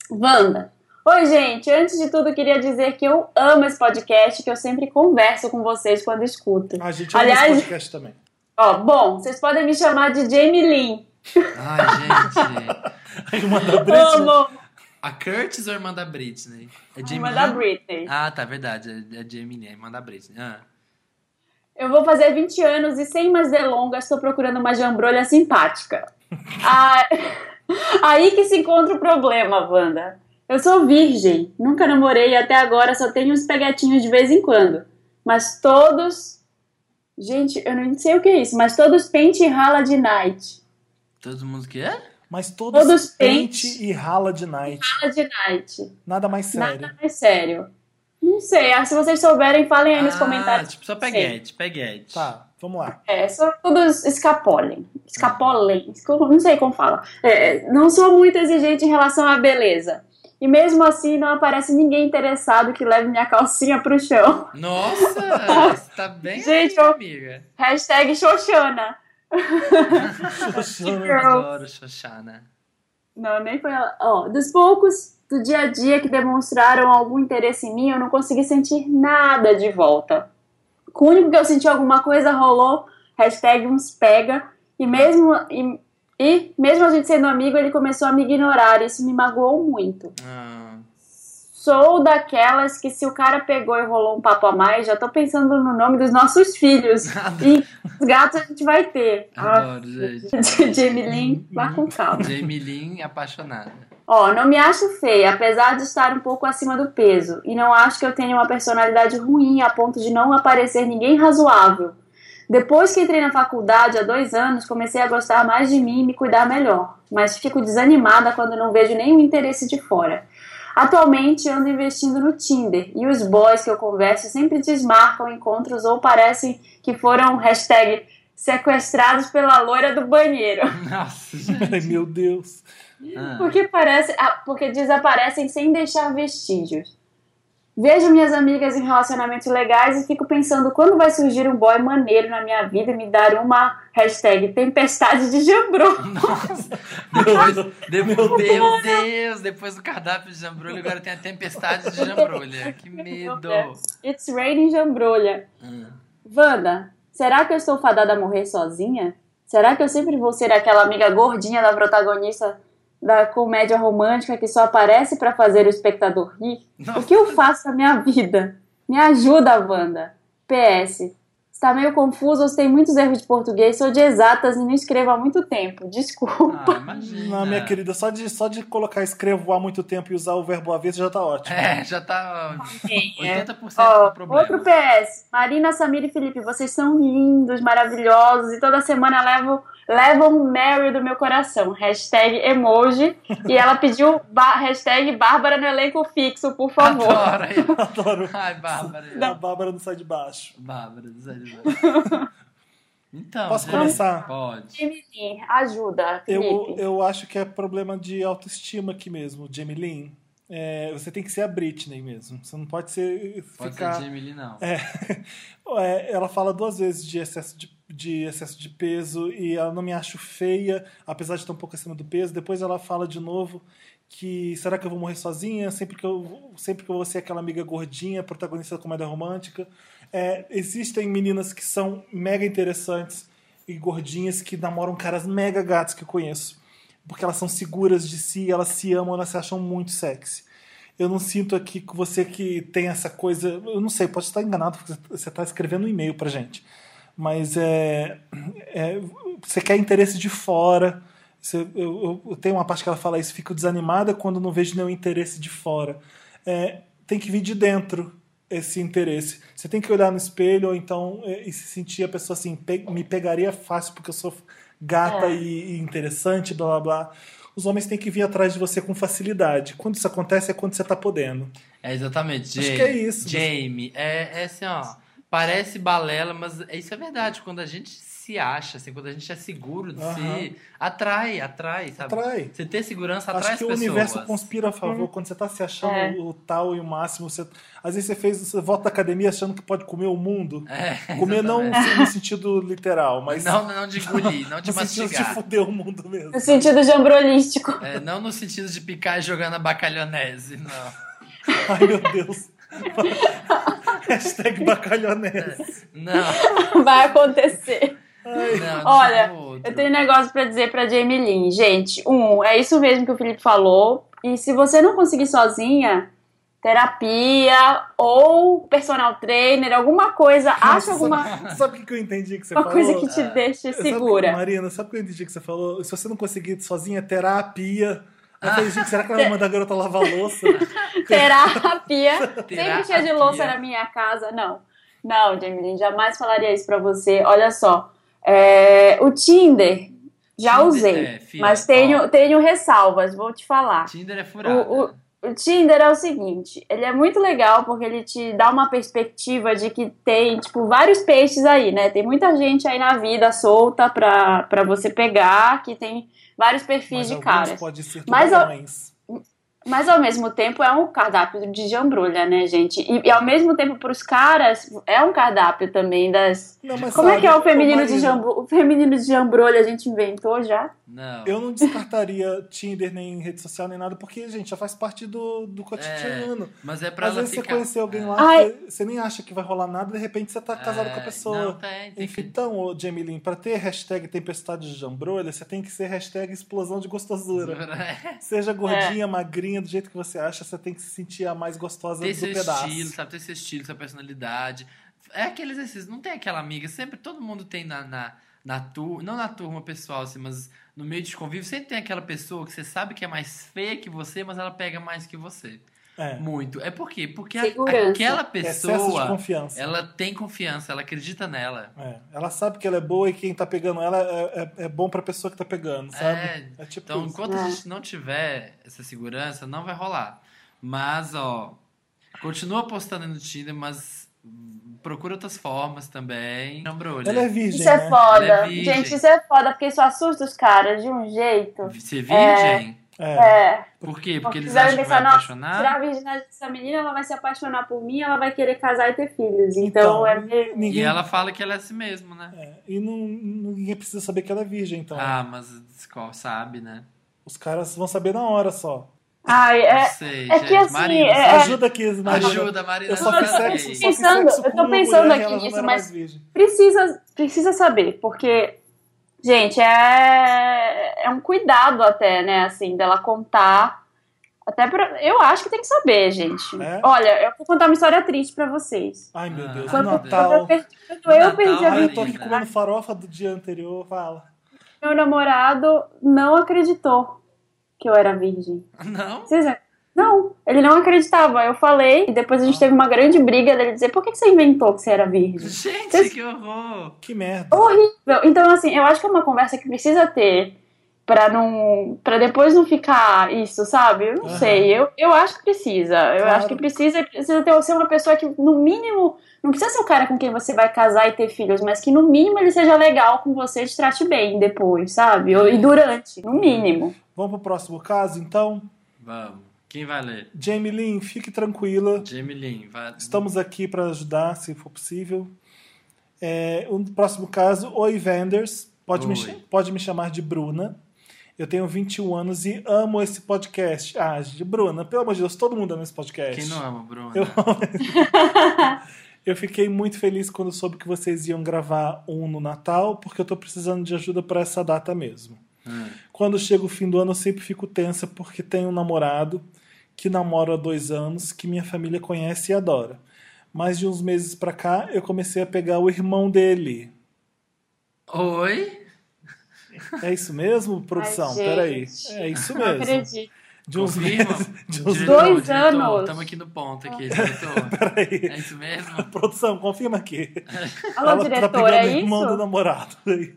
Wanda. Oi, gente. Antes de tudo, queria dizer que eu amo esse podcast, que eu sempre converso com vocês quando escuto. A Ah, gente Aliás- Aliás... esse podcast também. Ó, bom, vocês podem me chamar de Jamie Lynn. Ai, gente. A irmã da Britney. Amo! A Curtis ou a irmã da Britney? É Jamie Irmã da Lynn? Britney. Ah, tá, verdade. É, é Jamie Lynn, a irmã da Britney. Ah. Eu vou fazer 20 anos e sem mais delongas, estou procurando uma jambrolha simpática. Ah, aí que se encontra o problema, Wanda. Eu sou virgem, nunca namorei e até agora só tenho uns pegatinhos de vez em quando. Mas todos. Gente, eu não sei o que é isso, mas todos pente e rala de night. Todo mundo que é? Mas todos, Todos pente pente. e rala de night. Rala de night. Nada mais sério. Nada mais sério. Não sei, ah, se vocês souberem, falem aí nos comentários. tipo, só peguete, peguete. Tá, vamos lá. É, só todos escapolem. Escapolem. esco- Não sei como fala. É, não sou muito exigente em relação à beleza. E mesmo assim, não aparece ninguém interessado que leve minha calcinha pro chão. Nossa, você tá bem Gente, aí, eu- amiga. Hashtag Xoxana. Xoxana. Girl. Adoro né? Xoxana. Não, nem foi ela. Ó, dos poucos do dia a dia que demonstraram algum interesse em mim, eu não consegui sentir nada de volta. Com o único que eu senti alguma coisa rolou, hashtag uns pega, e mesmo, e, e mesmo a gente sendo amigo, ele começou a me ignorar, e isso me magoou muito. Ah, Sou daquelas que se o cara pegou e rolou um papo a mais, já tô pensando no nome dos nossos filhos. E os gatos a gente vai ter. Ah, adoro, gente. Jamie Lynn, vá com calma. Jamie Lynn apaixonada. Ó, não me acho feia, apesar de estar um pouco acima do peso. E não acho que eu tenha uma personalidade ruim a ponto de não aparecer ninguém razoável. Depois que entrei na faculdade há dois anos, comecei a gostar mais de mim e me cuidar melhor. Mas fico desanimada quando não vejo nenhum interesse de fora. Atualmente ando investindo no Tinder e os boys que eu converso sempre desmarcam encontros ou parecem que foram hashtag sequestrados pela loira do banheiro. Nossa, gente. Ai, meu Deus. Ah, Porque, parece, ah, porque desaparecem sem deixar vestígios. Vejo minhas amigas em relacionamentos legais e fico pensando quando vai surgir um boy maneiro na minha vida e me dar uma hashtag tempestade de jambrô. nossa. Depois, depois, meu Deus, depois do cardápio de jambrolha, agora tem a tempestade de jambrolha. Que medo. It's raining jambrolha. Ah, Wanda, será que eu estou fadada a morrer sozinha? Será que eu sempre vou ser aquela amiga gordinha da protagonista da comédia romântica que só aparece pra fazer o espectador rir? O ah, Nossa, que eu faço na minha vida? Me ajuda, Wanda. PS. está tá meio confuso ou se tem muitos erros de português, sou de exatas e não escrevo há muito tempo. Desculpa. Ah, imagina. Não, minha querida, só de, só de colocar escrevo há muito tempo e usar o verbo avesso já tá ótimo. É, já tá ó, É. 80% Ó, do problema. outro PS. Marina, Samir e Felipe, vocês são lindos, maravilhosos e toda semana levo, levam um Mary do meu coração. Hashtag emoji. e ela pediu ba- hashtag Bárbara no elenco fixo, por favor. Adoro. aí. Adoro. Ai, Bárbara. A Bárbara não sai de baixo. Bárbara, desanimada. Então, Posso gente, começar? Pode. Jamie Lee, ajuda, Eu, Felipe. eu acho que é problema de autoestima aqui mesmo, Jamie Lynn. É, você tem que ser a Britney mesmo. Você não pode ser. Pode ficar... ser Jamie Lee, não. É, ela fala duas vezes de excesso de, de excesso de peso e ela não me acho feia, apesar de estar um pouco acima do peso. Depois ela fala de novo que será que eu vou morrer sozinha? Sempre que eu, sempre que eu vou ser aquela amiga gordinha, protagonista da comédia romântica. É, existem meninas que são mega interessantes e gordinhas que namoram caras mega gatos que eu conheço. Porque elas são seguras de si, elas se amam, elas se acham muito sexy. Eu não sinto aqui que você que tem essa coisa. Eu não sei, pode estar enganado, porque você está escrevendo um e-mail pra gente. Mas é, é, Você quer interesse de fora. Você- eu, eu- eu tenho uma parte que ela fala isso, fico desanimada quando não vejo nenhum interesse de fora. É, tem que vir de dentro esse interesse. Você tem que olhar no espelho, ou então é, e se sentir a pessoa assim, "Pe- me pegaria fácil porque eu sou gata É. e, e interessante, blá blá blá. Os homens têm que vir atrás de você com facilidade. Quando isso acontece é quando você tá podendo. É exatamente. Acho Jamie. que é isso. Jamie, é, é assim, ó. Parece balela, mas isso é verdade. Quando a gente se acha, assim, quando a gente é seguro de Aham. si, atrai, atrai, sabe? Atrai. Você ter segurança atrai Acho as que o pessoas. universo conspira a favor. Quando você tá se achando Uhum. É. o tal e o máximo, você... às vezes você fez, você volta da academia achando que pode comer o mundo. É, comer não exatamente. no sentido literal, mas Não, não de engolir, não de no sentido de mastigar. fuder o mundo mesmo. No sentido jambrolístico. É, não no sentido de picar e jogar na bacalhonese, não. Ai, meu Deus. Hashtag bacalhonese. Não, Vai acontecer. não. Olha, tipo outro. Eu tenho um negócio pra dizer pra Jamie Lynn. Gente, um, é isso mesmo que o Felipe falou. E se você não conseguir sozinha, terapia ou personal trainer, alguma coisa, acha alguma Sabe- Sabe o que que eu entendi que você uma falou? coisa que te ah, deixe Sabe- segura. Marina, sabe o que eu entendi que você falou? Se você não conseguir sozinha, terapia. Aí eu Ah. falei, gente, será que ela vai mandar a garota lavar a louça? Terapia. Sempre cheia de Terapia. louça né? na minha casa. Não. Não, Jamie Lynn, jamais falaria isso pra você. Olha só. é, o Tinder, já Tinder, usei. é, filha, mas ó. tenho, tenho ressalvas, vou te falar. Tinder é furado. O- O Tinder é o seguinte, ele é muito legal porque ele te dá uma perspectiva de que tem, tipo, vários peixes aí, né? Tem muita gente aí na vida solta pra, pra você pegar, que tem vários perfis Mas de alguns caras. pode ser Mas eu- tubarões. Mas ao mesmo tempo é um cardápio de jambrulha, né, gente? E, e ao mesmo tempo pros caras é um cardápio também das... Não, mas Como é sabe, que é o ô, feminino de Marina, jambrulha? O feminino de jambrulha a gente inventou já? Não. Eu não descartaria Tinder, nem rede social, nem nada, porque, gente, já faz parte do, do cotidiano. Mas é pra Às ela vezes você ficar. conhecer alguém lá, Ai. que você nem acha que vai rolar nada, de repente você tá casado com a É, pessoa. Não, tem, tem que... Então, ô, Jamie Lynn, pra ter hashtag tempestade de jambrolha, você tem que ser hashtag explosão de gostosura. É, Seja gordinha, magrinha, do jeito que você acha, você tem que se sentir a mais gostosa ter do seu pedaço. estilo, sabe? Ter seu estilo, sua personalidade. É aquele exercício, não tem aquela amiga, sempre todo mundo tem na, na, na turma, não na turma pessoal, assim, mas no meio de convívio, sempre tem aquela pessoa que você sabe que é mais feia que você, mas ela pega mais que você. É. Muito. É por quê? Porque a- Segurança. aquela Excesso de pessoa, confiança. ela tem confiança, ela acredita nela. É, ela sabe que ela é boa e quem tá pegando ela é, é, é bom pra pessoa que tá pegando, sabe? É, tipo Então, isso. enquanto a É. gente não tiver essa segurança, não vai rolar. Mas, ó, continua postando no Tinder, mas hum, procura outras formas também. Não, brulha. Ela é virgem, Isso é né? foda. Ela é virgem. gente, isso é foda porque isso assusta os caras de um jeito. Ser virgem? É. É. Por quê? Porque Porque eles devem acham que é vai pensar, "Nossa, apaixonar? Tirar a virgindade dessa menina, ela vai se apaixonar por mim, ela vai querer casar e ter filhos. Então, é meio. ninguém, E ela fala que ela é assim mesmo, né? é, e não, ninguém precisa saber que ela é virgem, então. Ah, mas qual sabe, né? Os caras vão saber na hora só. Ai, Não é. sei, é gente. que assim, Marina, é- você- Ajuda aqui, Marina. ajuda, Marina. assim. Eu só ajuda fiz aí. sexo, só fiz Pensando- sexo eu com tô uma pensando mulher, aqui ela não nisso, era mas- mais virgem. Precisa, precisa saber, porque. Gente, é. É um cuidado até, né? Assim, dela contar Até pra, eu acho que tem que saber, gente. É? Olha, eu vou contar uma história triste pra vocês. Ai, meu Ah. Deus, Quando- Quando eu Natal. perdi, quando eu Natal, perdi a Ai, olha minha eu tô aqui Natal. comendo farofa do dia anterior, fala. Meu namorado não acreditou que eu era virgem. Não? Vocês não, ele não acreditava. Eu falei, e depois a gente teve uma grande briga dele dizer: por que que você inventou que você era virgem? Gente, Vocês- que horror! Que merda. Horrível. Então, assim, eu acho que é uma conversa que precisa ter pra não. para depois não ficar isso, sabe? Eu não Aham. sei. Eu, eu acho que precisa. Eu Claro. acho que precisa. Precisa ter, ser uma pessoa que, no mínimo. Não precisa ser um cara com quem você vai casar e ter filhos, mas que no mínimo ele seja legal com você e te trate bem depois, sabe? É. Ou- E durante, no mínimo. Vamos pro próximo caso, então. Vamos. Quem vai ler? Jamie Lynn, fique tranquila. Jamie Lynn. Vai... Estamos aqui para ajudar, se for possível. É, o próximo caso, oi Vendors, pode, me, Oi. cha- pode me chamar de Bruna. Eu tenho 21 anos e amo esse podcast. Ah, de Bruna, pelo amor de Deus, todo mundo ama esse podcast. Quem não ama, Bruna? Eu Eu fiquei muito feliz quando soube que vocês iam gravar um no Natal, porque eu tô precisando de ajuda para essa data mesmo. Hum. Quando chega o fim do ano, eu sempre fico tensa porque tenho um namorado que namoro há dois anos, que minha família conhece e adora. Mas de uns meses pra cá, eu comecei a pegar o irmão dele. Oi? É isso mesmo, produção? gente. Peraí. É isso Não mesmo. acredito. De uns Confirma? meses. De uns Diretor. Dois anos. Ah. Estamos aqui no ponto, aqui, diretor. Peraí. É isso mesmo? Produção, confirma aqui. Alô, Ela tá diretor, pegando é o irmão do isso? namorado. E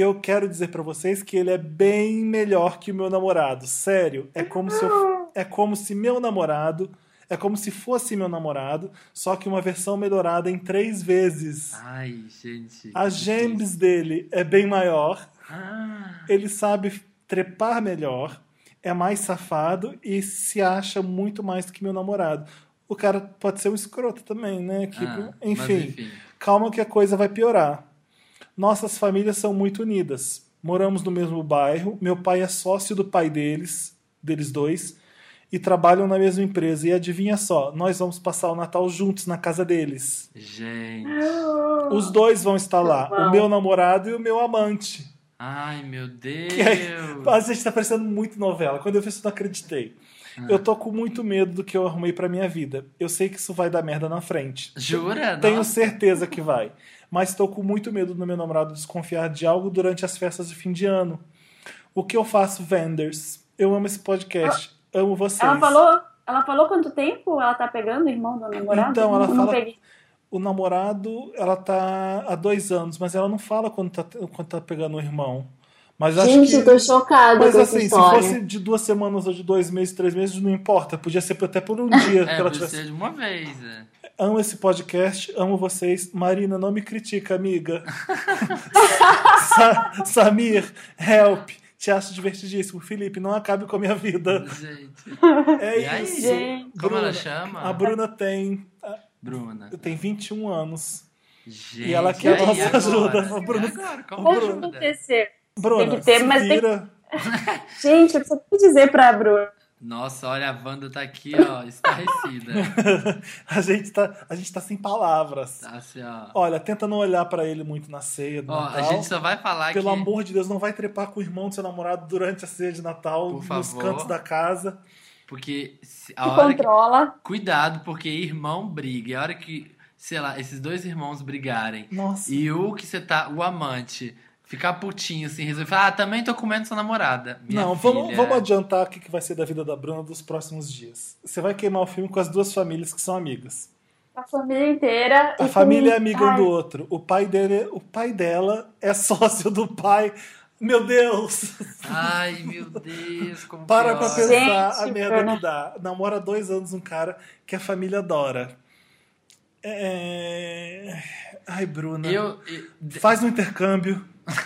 eu quero dizer pra vocês que ele é bem melhor que o meu namorado. Sério, é como se eu- é como se meu namorado é como se fosse meu namorado, só que uma versão melhorada em três vezes. Ai, gente. A gems dele é bem maior, Ah, ele sabe trepar melhor, é mais safado e se acha muito mais que meu namorado. O cara pode ser um escroto também, né? Que, ah, mas enfim. Calma que a coisa vai piorar. Nossas famílias são muito unidas. Moramos no mesmo bairro, meu pai é sócio do pai deles, deles dois, e trabalham na mesma empresa. E adivinha só, nós vamos passar o Natal juntos na casa deles. Gente. Ah. Os dois vão estar lá, Uau. o meu namorado e o meu amante. Ai, meu é Deus. A gente tá parecendo muito novela. Quando eu vi isso, eu não acreditei. Eu tô com muito medo do que eu arrumei pra minha vida. Eu sei que isso vai dar merda na frente. Jura? Tenho Nossa. certeza que vai. Mas estou com muito medo do meu namorado desconfiar de algo durante as festas de fim de ano. O que eu faço, Vendors? Eu amo esse podcast. Amo vocês. Ela Ah, falou, ela falou quanto tempo ela tá pegando o irmão do namorado? Então, ela Eu não fala- peguei. O namorado, ela tá há dois anos, mas ela não fala quando tá, quando tá pegando o irmão. Mas acho Gente, que. eu tô chocada Mas com essa assim, se história. fosse de duas semanas ou de dois meses, três meses, não importa. Podia ser até por um dia É, que ela precisa tivesse. de uma vez. é. Amo esse podcast, amo vocês. Marina, não me critica, amiga. Sa- Samir, help. Te acho divertidíssimo. Felipe, não acabe com a minha vida. Gente. E É aí? isso. Gente. Como Bruna, ela chama? A Bruna tem, Bruna. tem 21 anos. Gente. E ela quer aí, nossa agora? ajuda. A Bruna- E agora? Como Como né? ajuda? aconteceu? Bruna, Tem que ter, se mas tem- vira. Gente, eu preciso dizer pra Bruna. Nossa, olha, a Wanda tá aqui, ó, estarrecida. a, gente tá, a gente tá sem palavras. Tá assim, ó. Olha, tenta não olhar pra ele muito na ceia do Ó, a Natal. gente só vai falar Pelo que... amor de Deus, não vai trepar com o irmão do seu namorado durante a ceia de Natal, Por nos favor. cantos da casa. Porque se- a Que hora que... controla. Cuidado, porque irmão briga. E a hora que, sei lá, esses dois irmãos brigarem Nossa. e o que você tá, o amante, ficar putinho assim, resolver falar, ah, também tô comendo sua namorada. Minha Não, vamos, filha. vamos adiantar o que que vai ser da vida da Bruna dos próximos dias. Você vai queimar o filme com as duas famílias que são amigas. A família inteira. A e família é com- amiga um Ai, do outro. O pai, dele, o pai dela é sócio do pai. Meu Deus! Ai, meu Deus, como Para que pra ódio. pensar Gente, a merda Bruna. que dá. Namora há dois anos um cara que a família adora. É... Ai, Bruna. Eu, eu Faz um intercâmbio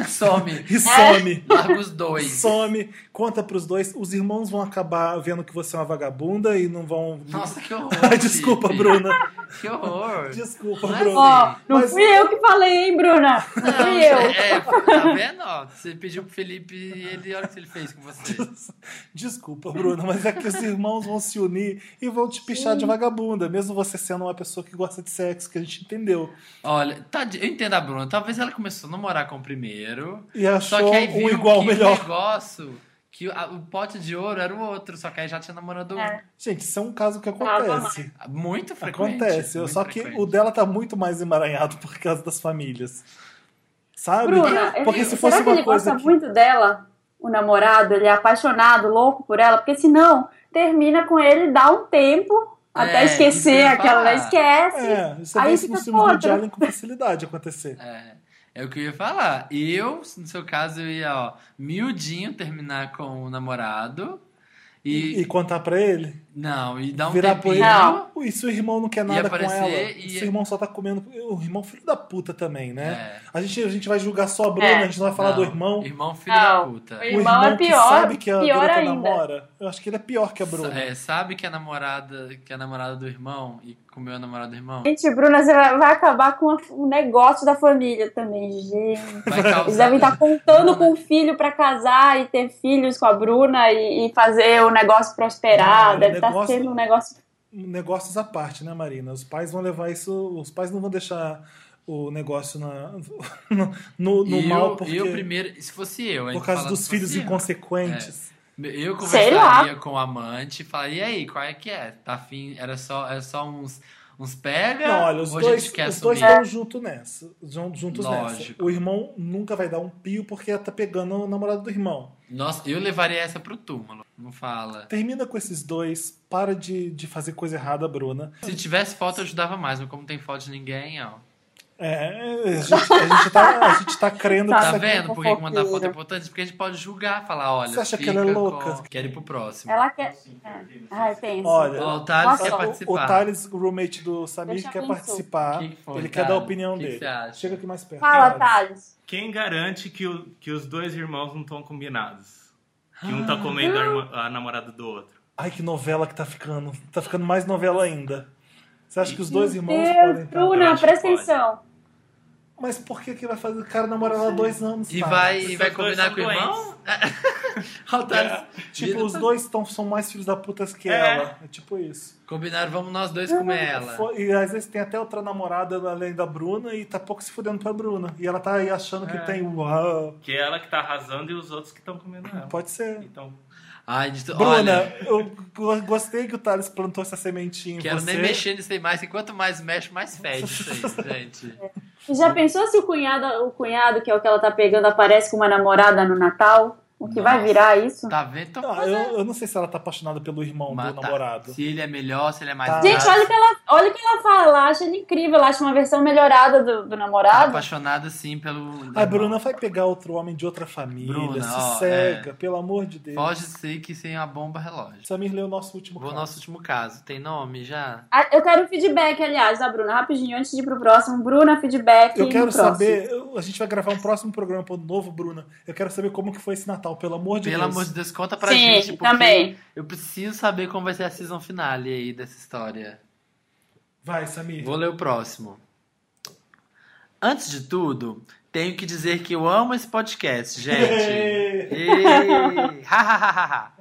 some. É? e some. Larga os dois. Some, conta pros dois. Os irmãos vão acabar vendo que você é uma vagabunda e não vão. Nossa, que horror. Ai, desculpa, Felipe. é Bruna. Que horror. Desculpa, Mas- Bruna. Ó, não Mas- fui eu que falei, hein, Bruna? Não fui eu. É, tá vendo? ó? Você pediu pro Felipe e ele, olha o que ele fez com você. Desculpa, Bruna, mas é que os irmãos vão se unir e vão te pichar de vagabunda, mesmo você sendo uma pessoa que gosta de sexo, que a gente entendeu. Olha, tadi- eu entendo a Bruna. Talvez ela começou a namorar com o primeiro. E achou Só que aí viu um igual que o melhor. negócio que a- o pote de ouro era o outro, só que aí já tinha namorado É. Gente, isso é um caso que acontece. um. Muito frequente. Acontece. muito Só que frequente. o dela tá muito mais emaranhado por causa das famílias. Sabe? Bruna, ele- é Porque se será fosse que uma ele gosta coisa. que- muito dela, o namorado, ele é apaixonado, louco por ela? Porque senão, termina com ele, dá um tempo até É, isso que eu esquecer ia aquela, falar. esquece. É, você Aí vê isso fica nos filmes do contra. Woody Allen com facilidade acontecer. É, é o que eu ia falar. Eu, no seu caso, eu ia, ó, miudinho terminar com o namorado. E, E, contar pra ele, Não, e dar um virar pra tempinho. ele. Não. E se o irmão não quer nada com aparecer ela? e- Se o irmão só tá comendo. O irmão, filho da puta também, né? É. A, gente, a gente vai julgar só a Bruna, É. a gente não vai falar do Não, irmão. Irmão filho Não. da puta. Oi. o irmão irmão é que pior- sabe que a pior garota ainda. namora. Eu acho que ele é pior que a Bruna. É, sabe que a namorada, que a namorada do irmão e comeu a namorada do irmão? Gente, Bruna, você vai, vai acabar com a- o negócio da família também, gente. Vai causar. Eles devem estar contando Bruna. com o filho pra casar e ter filhos com a Bruna e, e fazer o negócio prosperar. Não, Deve estar negócio- sendo um negócio. Negócios à parte, né, Marina? Os pais vão levar isso. Os pais não vão deixar o negócio na- no, no- no E mal eu, porque, eu primeiro, se fosse eu, hein, por causa falar dos se filhos fosse eu. É. inconsequentes. Eu Sei conversaria com o amante e falaria, e aí, qual é que é? Tá afim, era só, era só uns, uns pega? É. Não, olha, os ou a dois gente quer os dois assumir? estão juntos nessa. jun- Juntos nessa. Lógico. O irmão nunca vai dar um pio porque ela tá pegando o namorado do irmão. Nossa, eu levaria essa pro túmulo. Não fala. Termina com esses dois, para de, de fazer coisa errada, Bruna. Se tivesse foto, eu ajudava mais, mas como não tem foto de ninguém, ó. É, a gente, a gente tá, a gente tá crendo que Tá isso Tá aqui- vendo por que que mandar foto é fofoqueiro. importante? Porque a gente pode julgar, falar, olha, Você acha que fica ela é louca? Com... Quero ir pro próximo. Ela quer. É. Ai, pensa. Olha, Ó, o Thales Nossa, quer o- O participar. Thales, o roommate do Samir, Deixa quer quem participar. sou. Que que foi, ele quer Thales? dar a opinião Que que dele. você acha? Chega aqui mais perto. Fala, Thales. Quem garante que, o- que os dois irmãos não estão combinados? Que um tá comendo a, irmã- a namorada do outro. Ai, que novela que tá ficando. Tá ficando mais novela ainda. Você acha que os dois irmãos podem Deus, estar? Eu Bruna, acho que presta pode. atenção. Mas por que que vai fazer o cara namorar lá dois anos? E tá? vai, Esses e vai dois combinar são com o doentes. irmão? Ó, o Thales. Tipo, Vira- os dois tão, são mais filhos da puta que É. ela. É tipo isso. Combinaram, vamos nós dois comer ela. Foi- E às vezes tem até outra namorada além da Bruna e tá pouco se fudendo pra Bruna. E ela tá aí achando que É. tem. um, Uau. Que é ela que tá arrasando e os outros que estão comendo ela. Pode ser. Então, Ai, de... Bruna, olha, eu go- gostei que o Thales plantou essa sementinha em quero você. nem mexer nisso aí mais, que quanto mais mexe, mais fede isso aí, gente. E já pensou se o cunhado, o cunhado, que é o que ela tá pegando, aparece com uma namorada no Natal? O que vai Nossa. virar isso? Tá vendo? Então, Ah, eu, eu não sei se ela tá apaixonada pelo irmão mas do tá. namorado. Se ele é melhor, se ele é mais Tá. Gente, gato, olha o que ela, olha o que ela fala, ela acha ele incrível, ela acha uma versão melhorada do, do tá namorado. apaixonado sim pelo. A Bruna vai pegar outro homem de outra família, Bruna, se ó, é. cega, pelo amor de Deus. Pode ser que sem a bomba relógio. Samir leu o nosso último Vou ao caso. nosso último caso. Tem nome já? Ah, Eu quero feedback, aliás, da Bruna, rapidinho, antes de ir pro próximo. Bruna, feedback. Eu no quero próximo. saber, eu- a gente vai gravar um próximo programa pro novo, Bruna. Eu quero saber como que foi esse Natal, pelo amor de Pelo Deus. amor de Deus, conta pra Sim, gente. porque também. Eu preciso saber como vai ser a season finale aí dessa história. Vai, Samir. Vou ler o próximo. Antes de tudo, tenho que dizer que eu amo esse podcast, gente. Ei! Ha, ha, ha, ha, ha.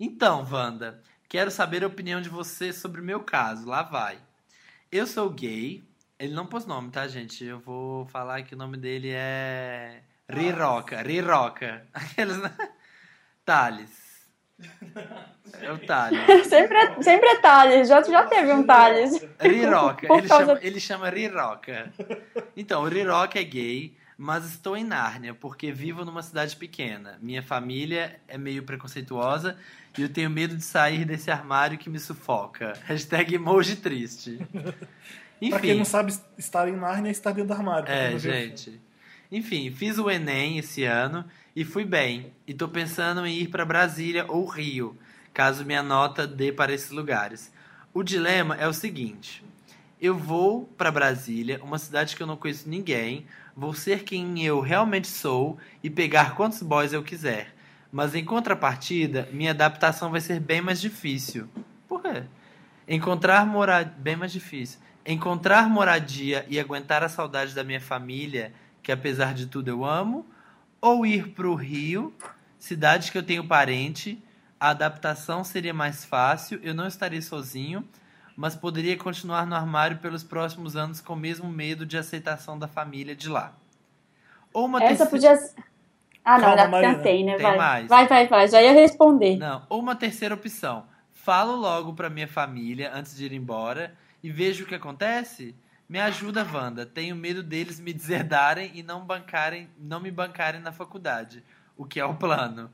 então, Wanda, quero saber a opinião de você sobre o meu caso. Lá vai. Eu sou gay. Ele não pôs nome, tá, gente? Eu vou falar que o nome dele é. Riroca. Riroca. Aqueles, né? Thales. É o Thales. sempre, é, sempre é Thales, já, já teve um Thales. Riroca. Por É Ele, causa- chama, ele chama Riroca. Então, o Riroca é gay, mas estou em Nárnia, porque vivo numa cidade pequena. Minha família é meio preconceituosa e eu tenho medo de sair desse armário que me sufoca. Hashtag emoji triste. Pra quem Enfim. não sabe, estar em Narnia é estar dentro do armário. pra quem É, não viu. gente. Enfim, fiz o Enem esse ano e fui bem. E tô pensando em ir pra Brasília ou Rio, caso minha nota dê para esses lugares. O dilema é o seguinte: eu vou pra Brasília, uma cidade que eu não conheço ninguém, vou ser quem eu realmente sou e pegar quantos boys eu quiser. Mas em contrapartida, minha adaptação vai ser bem mais difícil. Por quê? Encontrar moradia. Bem mais difícil. Encontrar moradia e aguentar a saudade da minha família, que apesar de tudo eu amo, ou ir para o Rio, cidade que eu tenho parente, a adaptação seria mais fácil, eu não estaria sozinho, mas poderia continuar no armário pelos próximos anos com o mesmo medo de aceitação da família de lá. Ou uma Essa terceira- podia ser. Ah, não, Calma, já Marina. cantei, né? Tem Vai. mais. vai, vai, vai. Já ia responder. Não, ou uma terceira opção. Falo logo pra minha família antes de ir embora e vejo o que acontece. Me ajuda, Wanda. Tenho medo deles me deserdarem e não bancarem, não me bancarem na faculdade, o que é o plano.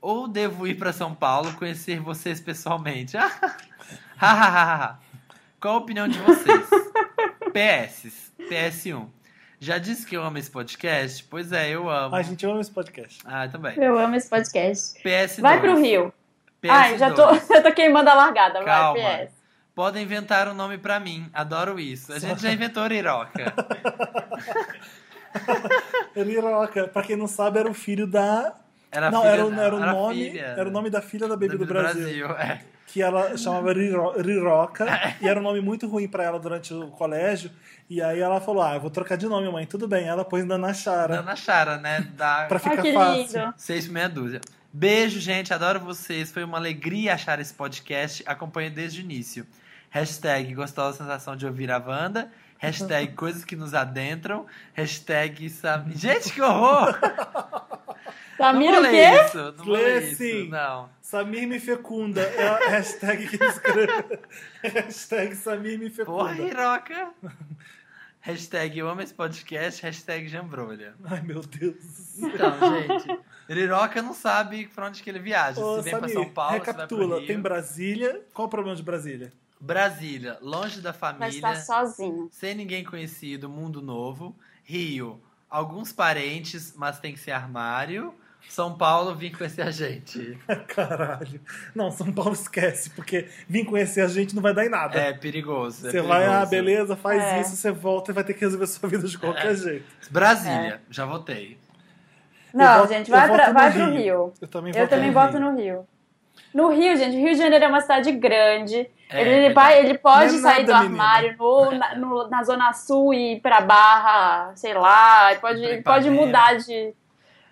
Ou devo ir pra São Paulo conhecer vocês pessoalmente. Ah, ha, ha, ha. Qual a opinião de vocês? PS, PS1. Já disse que eu amo esse podcast? Pois é, eu amo. A gente ama esse podcast. Ah, também. Eu amo esse podcast. PS2. Vai pro Rio. PS2. Ai, já tô, já tô queimando a largada. Calma. Vai, PS. Podem inventar um nome pra mim. Adoro isso. A gente já inventou Riroca. Eliroca, pra quem não sabe, era o filho da. Era a não, filha era, o- da- era o a nome. filha Era o nome da filha da da- Baby do, Brasil. é. Que ela chamava Riro- Riroca. e era um nome muito ruim pra ela durante o colégio. E aí ela falou: Ah, eu vou trocar de nome, mãe. Tudo bem. Ela pôs Nanachara. Da Ana Chara, né? Da Pra Ai, ficar que fácil. lindo. seis por meia dúzia. Beijo, gente. Adoro vocês. Foi uma alegria achar esse podcast. Acompanho desde o início. Hashtag gostosa sensação de ouvir a Wanda. Hashtag coisas que nos adentram. Hashtag sabe... Gente, que horror! não Samira, vou ler Tá o né, quê? isso. Não vou ler Lê, isso, sim. não. Samir me fecunda. É a hashtag que escreveu. hashtag Samir me Porra, é fecunda. Hiroca! hashtag eu amo esse podcast, hashtag jambrolha. Ai, meu Deus. Então, gente. Hiroca não sabe pra onde que ele viaja. Ô, se vem pra Samir, São Paulo, se vai recapitula. pro Rio. Tem Brasília. Qual o problema de Brasília? Brasília, longe da Mas família, tá sozinho. sem ninguém conhecido, mundo novo. Rio, alguns parentes, mas tem que ser armário. São Paulo, vim conhecer a gente. Caralho. Não, São Paulo esquece, porque vir conhecer a gente não vai dar em nada. É perigoso. é Você vai, perigoso. ah, beleza, faz É. isso, você volta e vai ter que resolver sua vida de qualquer É. jeito. É. Brasília, já votei. Não, voto- gente, eu vai, voto pra, no vai pro Rio. Rio. Eu também Eu também voto no Rio. No Rio, gente, Rio de Janeiro é uma cidade grande. É, ele, verdade. vai, ele pode Não é sair do nada, armário no, na, no- na Zona Sul e ir pra Barra, sei lá. ele Pode, Pra ele pode Ipanema. mudar de.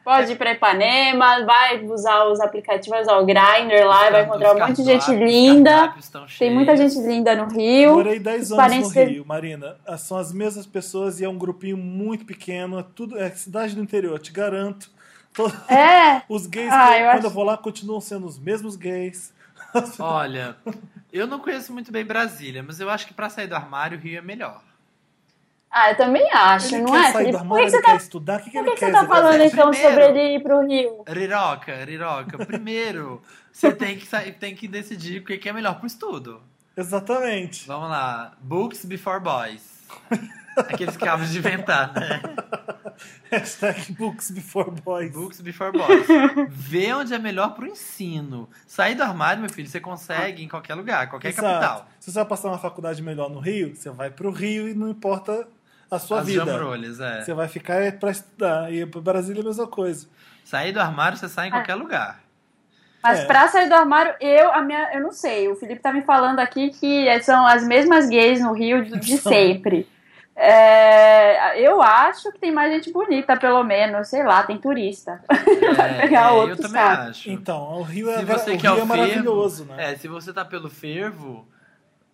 Pode ir pra Ipanema, vai usar os aplicativos, vai usar o Grindr lá, vai encontrar um monte de gente linda. Tem muita gente linda no Rio. Morei 10 os anos parentes no dele- Rio, Marina. Ah, São as mesmas pessoas e é um grupinho muito pequeno. É tudo é cidade do interior, te garanto. Todos- É, Os gays, Ah, que- eu quando acho- eu vou lá, continuam sendo os mesmos gays. Olha, eu não conheço muito bem Brasília, mas eu acho que pra sair do armário, Rio é melhor. ah, eu também acho, ele não quer é? sair Felipe? do Por armário, que que ele você quer tá, estudar. O que, que por ele que que quer? você tá Zé? falando então Primeiro- sobre ele ir pro Rio? Riroca, Riroca, primeiro você tem que, sair, tem que decidir o que que é melhor pro estudo. Exatamente. Vamos lá, Books Before Boys. Aqueles que acabam de inventar, né? Hashtag Books Before Boys. Books Before Boys. Vê onde é melhor pro ensino. Sair do armário, meu filho, você consegue em qualquer lugar, qualquer Exato. capital. Se você vai passar uma faculdade melhor no Rio, você vai pro Rio e não importa a sua As vida. jambrolhas, é. Você vai ficar é, pra estudar. E pro Brasília é a mesma coisa. Sair do armário, você sai em qualquer lugar. Mas É. pra sair do armário, eu, a minha, eu não sei. O Felipe tá me falando aqui que são as mesmas gays no Rio de, de sempre. É, eu acho que tem mais gente bonita, pelo menos. Sei lá, tem turista. É, pegar é, eu outro também estado. acho. Então, o Rio é, Se gra- você o quer Rio o é fervo, maravilhoso, né? É, se você tá pelo fervo,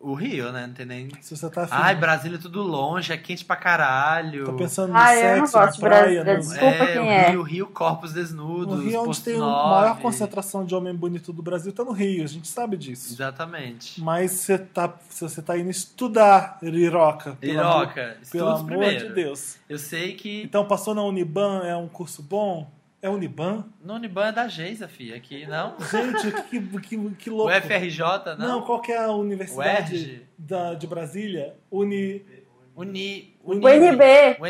o Rio, né? Não tem nem. Se você tá afim. Ai, Brasília é tudo longe, é quente pra caralho. Tá pensando no Ai, eu não sexo, gosto de na praia, Brasília, no... desculpa é, quem o é. Rio, Rio Corpos No Desnudos. Rio é onde Posto tem a Nove. maior concentração de homem bonito do Brasil, tá no Rio, a gente sabe disso. Exatamente. Mas você tá, se você tá indo estudar Riroca, pelo amor- Iroca, pelo estudos amor primeiro. de Deus. Eu sei que Então passou na Uniban, é um curso bom? É Uniban? no Uniban é da Geisa, fi. Aqui não. Gente, que, que, que, O que louco. FRJ, Não, não. qual que é a universidade UERJ? da, de Brasília? Uni, Uni, O NB, O NB. o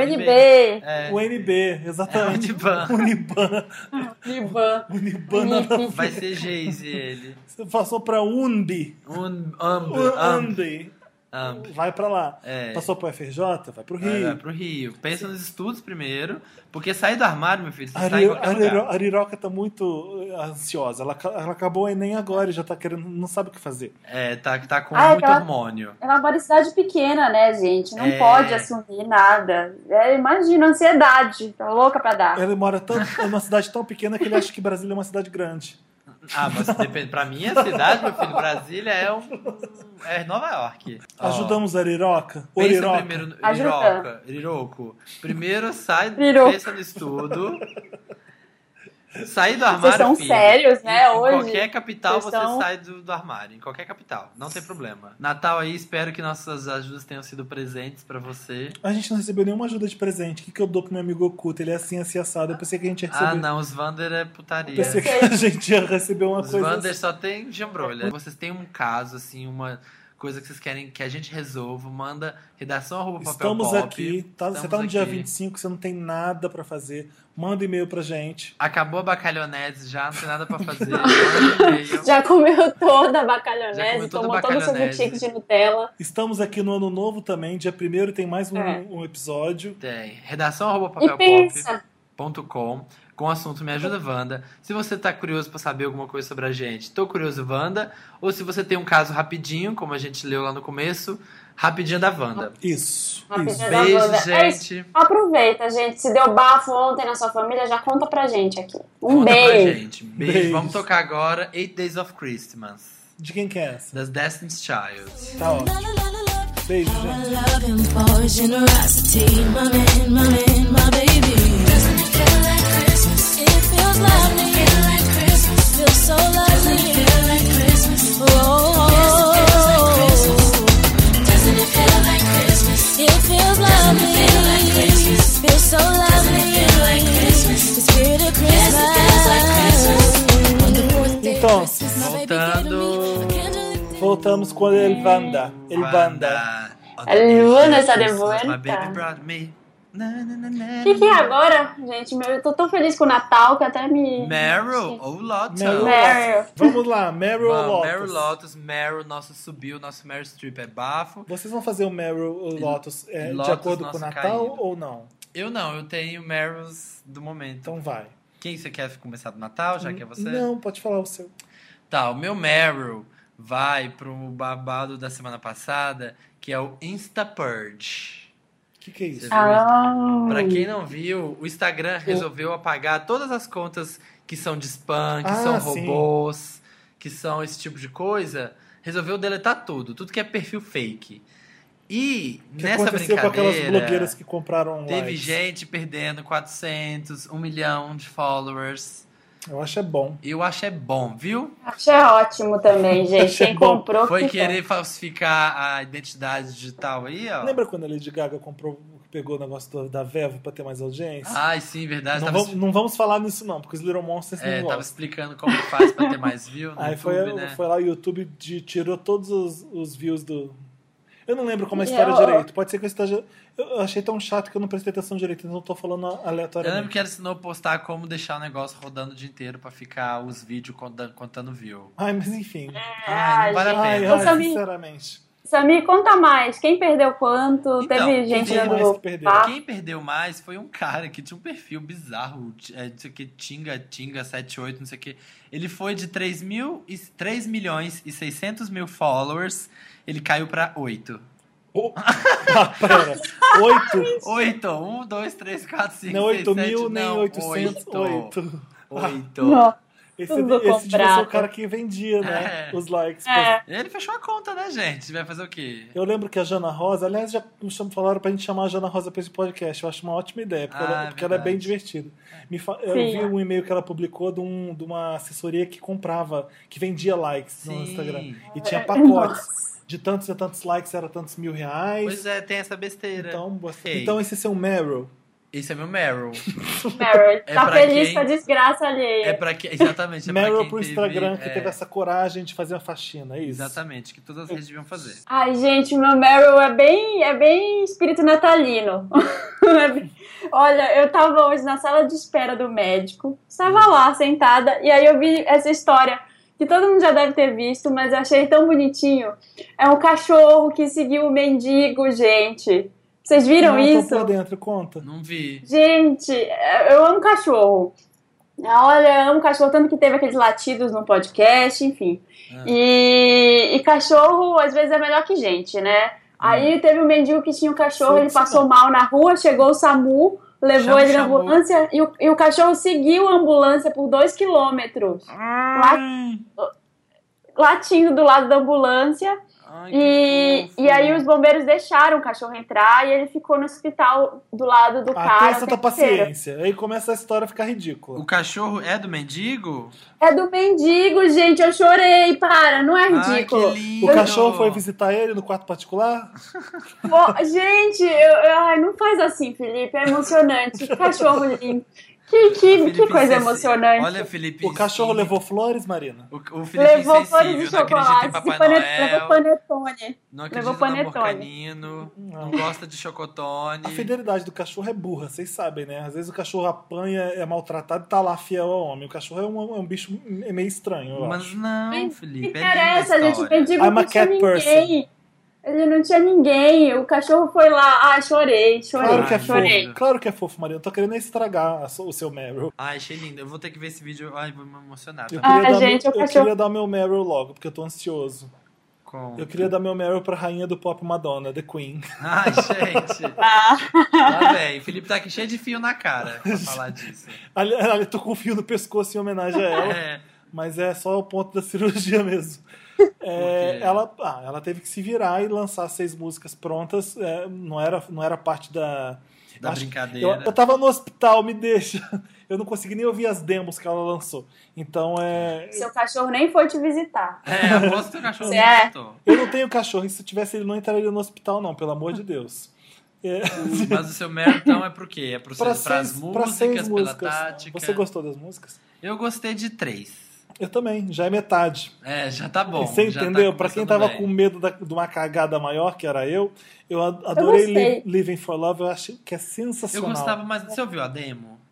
NB, É. UNB, é exatamente. Uniban. Uniban. É. Liban, Uniban na Vai ser Geise ele. Um, Você passou pra Unbi. Un, amb, Um, amb, Unbi. amb. Vai pra lá. É. Passou pro FRJ, vai pro Vai, vai Rio. pro Rio. Pensa nos estudos primeiro, porque sair do armário, meu filho, você A sai em Ari- qualquer a Ariro- lugar. a Ariroca tá muito eh, ansiosa. Ela, ca- ela acabou o Enem agora e já tá querendo, não sabe o que fazer. É, tá, tá com Ah, é muito aquela- hormônio. Ela mora em cidade pequena, né, gente? Não É. pode assumir nada. É, imagina, ansiedade. Tá louca pra dar. Ela mora tão, numa é cidade tão pequena que ele acha que Brasília é uma cidade grande. Ah, mas depende. Pra minha cidade, meu filho, Brasília é um. É Nova York. Ó, Ajudamos a Ariroca? Pensa Oriroca. primeiro no Ajuda. Iroca, Iroco. Primeiro sai, Iroco. pensa no estudo. Sai do armário. Vocês são filho. sérios, Em- né? em Hoje. qualquer capital Vocês você são- sai do, do armário. Em qualquer capital. Não tem problema. Natal aí, espero que nossas ajudas tenham sido presentes pra você. A gente não recebeu nenhuma ajuda de presente. O que, que eu dou pro meu amigo oculto? Ele é assim, assim, assado. Eu pensei que a gente ia receber. Ah, não, os Vander é putaria. Pensei que a gente ia receber uma Os coisa. assim. Wander só tem jambrolha. Vocês têm um caso, assim, uma coisa que vocês querem que a gente resolva, manda redação arroba papel Estamos pop. aqui, tá? você Estamos tá no dia aqui. 25, você não tem nada pra fazer. Manda e-mail pra gente. Acabou a bacalhonese já, não tem nada pra fazer. manda um e-mail. Já comeu toda a Já bacalhonese, comeu toda a tomou todo o seu bacalhonese. boutique de Nutella. Estamos aqui no ano novo também, dia 1 tem mais um, É. um episódio. Tem. Redação arroba papel E é pop. pensa, com com o assunto Me Ajuda Wanda. Se você tá curioso pra saber alguma coisa sobre a gente, tô curioso Wanda, ou se você tem um caso rapidinho, como a gente leu lá no começo, rapidinho da Wanda. Isso. Rapidinho. isso. Da Beijo, Wanda. É isso. gente. aproveita, gente. Se deu bafo ontem na sua família, já conta pra gente aqui. Um Conta pra beijo. gente. Beijo. Beijo. Vamos tocar agora Eight Days of Christmas, De quem que é essa? das Destiny's Child. Tá ótimo. Beijo, gente. I love him for his generosity, my man, my man, my baby. Doesn't it feel like Christmas? It feels lovely. Feel like Christmas. Feels so lovely. Doesn't it feel like Christmas? Oh, Doesn't it feel like Christmas? It feels lovely. Doesn't it feel like Christmas? Feels so lovely. Doesn't it feel like Christmas? The spirit of Christmas. it feels like Christmas. On the fourth day of Então, Christmas, my baby gave voltando. me a candle. Voltamos com a Elvanda. Elvanda. El Wanda está de Christmas, My volta. baby brought me. Na, na, na, na, O que, que é na. agora, gente? Meu, eu tô tão feliz com o Natal que até me. Meryl ou Lotto? Meryl. Meryl. Vamos lá, Meryl Mano, Lotus. Meryl Lotus, Meryl, nosso subiu, nosso Meryl Streep é bafo. Vocês vão fazer o Meryl Lotus é, de Lotus, acordo com o nossa, Natal caído. ou não? Eu não, eu tenho Meryls do momento. Então vai. Quem você quer começar do Natal, já que é você? Não, pode falar o seu. Tá, o meu Meryl vai pro babado da semana passada, que é o Insta Purge. O que, que é isso? Você Ah, Pra quem não viu, o Instagram resolveu apagar todas as contas que são de spam, que Ah, são sim. robôs, que são esse tipo de coisa. Resolveu deletar tudo, tudo que é perfil fake. E O que nessa aconteceu com aquelas brincadeira, blogueiras que compraram teve likes? gente perdendo 400, 1 milhão de followers. Eu acho é bom. Eu acho é bom, viu? Achei ótimo também, gente. Achei Quem bom. comprou Foi que querer falsificar a identidade digital aí, ó. Lembra quando a Lady Gaga comprou, pegou o negócio do- da Vevo pra ter mais audiência? Ai, sim, verdade. não, Ah, tava vamos, não vamos falar nisso não, porque os Little Monsters É, não tava gostam. explicando como faz pra ter mais view no Aí YouTube, foi, né? foi lá o YouTube de- tirou todos os, os views do... Eu não lembro como é a E história eu- direito. Pode ser que eu esteja... Eu achei tão chato que eu não prestei atenção direito, então eu tô falando Eu lembro aleatoriamente. que ela ensinou a postar como deixar o negócio rodando o dia inteiro pra ficar os vídeos contando, contando view. Ai, mas enfim. Ai, ai, não vale a gente. Ai, pena. Eu ai, sabia. sinceramente. Samir, conta mais. Quem perdeu quanto? Então, Teve quem gente perdeu dando mais que perdeu? papo. Quem perdeu mais foi um cara que tinha um perfil bizarro, t- é, não sei o que, Tinga, Tinga, 78, não sei o que. Ele foi de 3, mil e, 3 milhões e 600 mil followers, ele caiu pra 8. Oh, ah, pera. Oito. 8, 1, 2, 3, 4, 5, Não 6, 8 7, mil, nem não, 800. 8. Oito. 8. Nossa, Esse, Tudo esse devia ser o comprado. cara que vendia, né? É. Os likes. É. Ele fechou a conta, né, gente? Vai fazer o quê? Eu lembro que a Jana Rosa, aliás, já me cham- falaram pra gente chamar a Jana Rosa pra esse podcast. Eu acho uma ótima ideia, porque, Ah, ela, é porque ela é bem verdade. divertida. Me fa- Eu Sim. vi um e-mail que ela publicou de, um- de uma assessoria que comprava, que vendia likes no Sim. Instagram. E tinha É, pacotes. De tantos a tantos likes era tantos mil reais. Pois é, tem essa besteira. Então, você- Ei. então esse é seu Meryl. Esse é meu Meryl. Meryl, É tá pra feliz quem- com a desgraça É alheia. para que exatamente é pra Meryl quem pro teve- Instagram que é, teve essa coragem de fazer uma faxina, é isso? exatamente que todas as redes deviam fazer. Ai, gente, meu Meryl é bem, é bem espírito natalino. É bem- Olha, eu tava hoje na sala de espera do médico, estava Hum. lá sentada, e aí eu vi essa história que todo mundo já deve ter visto, mas eu achei tão bonitinho. É um cachorro que seguiu o mendigo, gente. Vocês viram Não, eu tô isso? por dentro, conta. Não vi. Gente, é, eu amo cachorro. Olha, eu amo cachorro, tanto que teve aqueles latidos no podcast, enfim. Ah. E, e cachorro, às vezes, é melhor que gente, né? Aí teve um mendigo que tinha um cachorro, Sim, ele sim. passou mal na rua, chegou o SAMU, levou Chama- ele na chamou. ambulância e o, e o cachorro seguiu a ambulância por dois quilômetros, Ai, latindo do lado da ambulância. ai, que E, fofo. e aí os bombeiros deixaram o cachorro entrar e ele ficou no hospital do lado do Até cara. o Ah, essa da tempo inteiro. paciência. Aí começa a história a ficar ridícula. O cachorro é do mendigo? É do mendigo, gente. Eu chorei, para. Não é Ai, que ridículo. O lindo. cachorro foi visitar ele no quarto particular? Pô, gente, eu, eu- ai, não faz assim, Felipe. É emocionante. Que cachorro lindo. Que, que, Felipe que coisa insensível. emocionante. Olha, Felipe. O cachorro insensível. levou flores, Marina? O, o Felipe levou levou flores de não acredita chocolate, em Papai pane- levou Noel, panetone. não acredita levou no amor panetone. canino, Não. não gosta de chocotone. A fidelidade do cachorro é burra, vocês sabem, né? Às vezes o cachorro apanha, é maltratado e tá lá fiel ao homem. O cachorro é um, é um bicho meio estranho, eu acho. Mas não, Nem Não Felipe, é linda interessa, gente. O história. mendigo I'm a não tinha cat ninguém. person. Ele não tinha ninguém. O cachorro foi lá. Ah, chorei, chorei, Claro que é Ai, chorei. fofo, claro que é fofo, Marina. Eu tô querendo estragar a so- o seu Meryl. Ai, achei lindo. Eu vou ter que ver esse vídeo. Ai, vou me emocionar. Eu, Tá? Ah, queria, dar gente, meu, o eu cachorro- queria dar meu Meryl logo, porque eu tô ansioso. Com... Eu queria dar meu Meryl pra rainha do pop Madonna, The Queen. Ai, gente. Ah, Tá bem. Felipe tá aqui cheio de fio na cara pra falar disso. Ali, ali, eu tô com o fio no pescoço em homenagem a ela. É. mas é só o ponto da cirurgia mesmo. É, Por quê? ela, ah, ela teve que se virar e lançar seis músicas prontas. é, não, era, não era parte da. Da acho- brincadeira. Eu, eu tava no hospital, me deixa. Eu não consegui nem ouvir as demos que ela lançou. Então é. seu cachorro nem foi te visitar. É, aposto que o cachorro Você é? gostou. Eu não tenho cachorro, e se eu tivesse ele não entraria no hospital, não, pelo amor de Deus. É, Mas o seu mérito então é pro quê? É pro pra seu, pras seis, pra músicas, seis pela músicas. tática. Você gostou das músicas? Eu gostei de três. Eu também, já é metade. É, já tá bom. Você já tá entendeu? Pra quem começando tava bem. com um medo da- de uma cagada maior, que era eu, eu ad- adorei gostei. Li- Living for Love, eu acho que é Eu sensacional. gostava mais. Você ouviu a demo?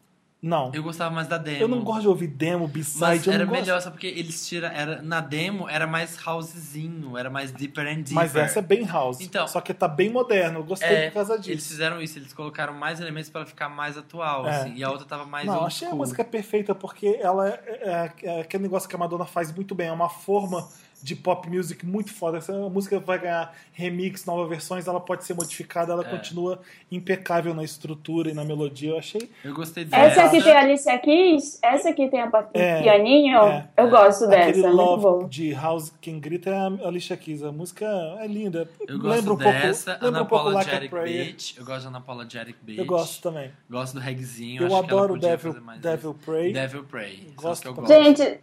Não, eu, Eu gostava mais da demo. não gosto de ouvir demo, b-side, Mas eu era não gosto. melhor, só porque eles tiram. Era, na demo era mais housezinho, era mais deeper and deeper. Mas essa é bem house. né? Então- só que tá bem moderno, eu gostei É, por causa disso. Eles fizeram isso, eles colocaram mais elementos pra ela ficar mais atual, É. assim, E a outra tava mais não, old achei a school. música perfeita porque ela é, é- é aquele negócio que a Madonna faz muito bem, é uma forma de pop music muito foda. Essa música vai ganhar remix, novas versões, ela pode ser modificada, ela É. continua impecável na estrutura e na melodia. Eu achei Eu gostei dessa. Essa aqui tem a Alicia Keys, essa aqui tem a pa- É, pianinho. é. eu gosto Aquele dessa, é muito Love boa. de House Quem Grita é a Alicia Keys. A música é linda. Eu lembra gosto um pouco, dessa, lembra um pouco Like a Unapologetic Prayer. Bitch. Eu gosto da Unapologetic Bitch. Eu gosto também. Gosto do regzinho. Eu, acho que ela adoro podia Devil, fazer mais Devil Pray. isso. Devil Pray. Gosto Gosto que eu também. gosto. Gente,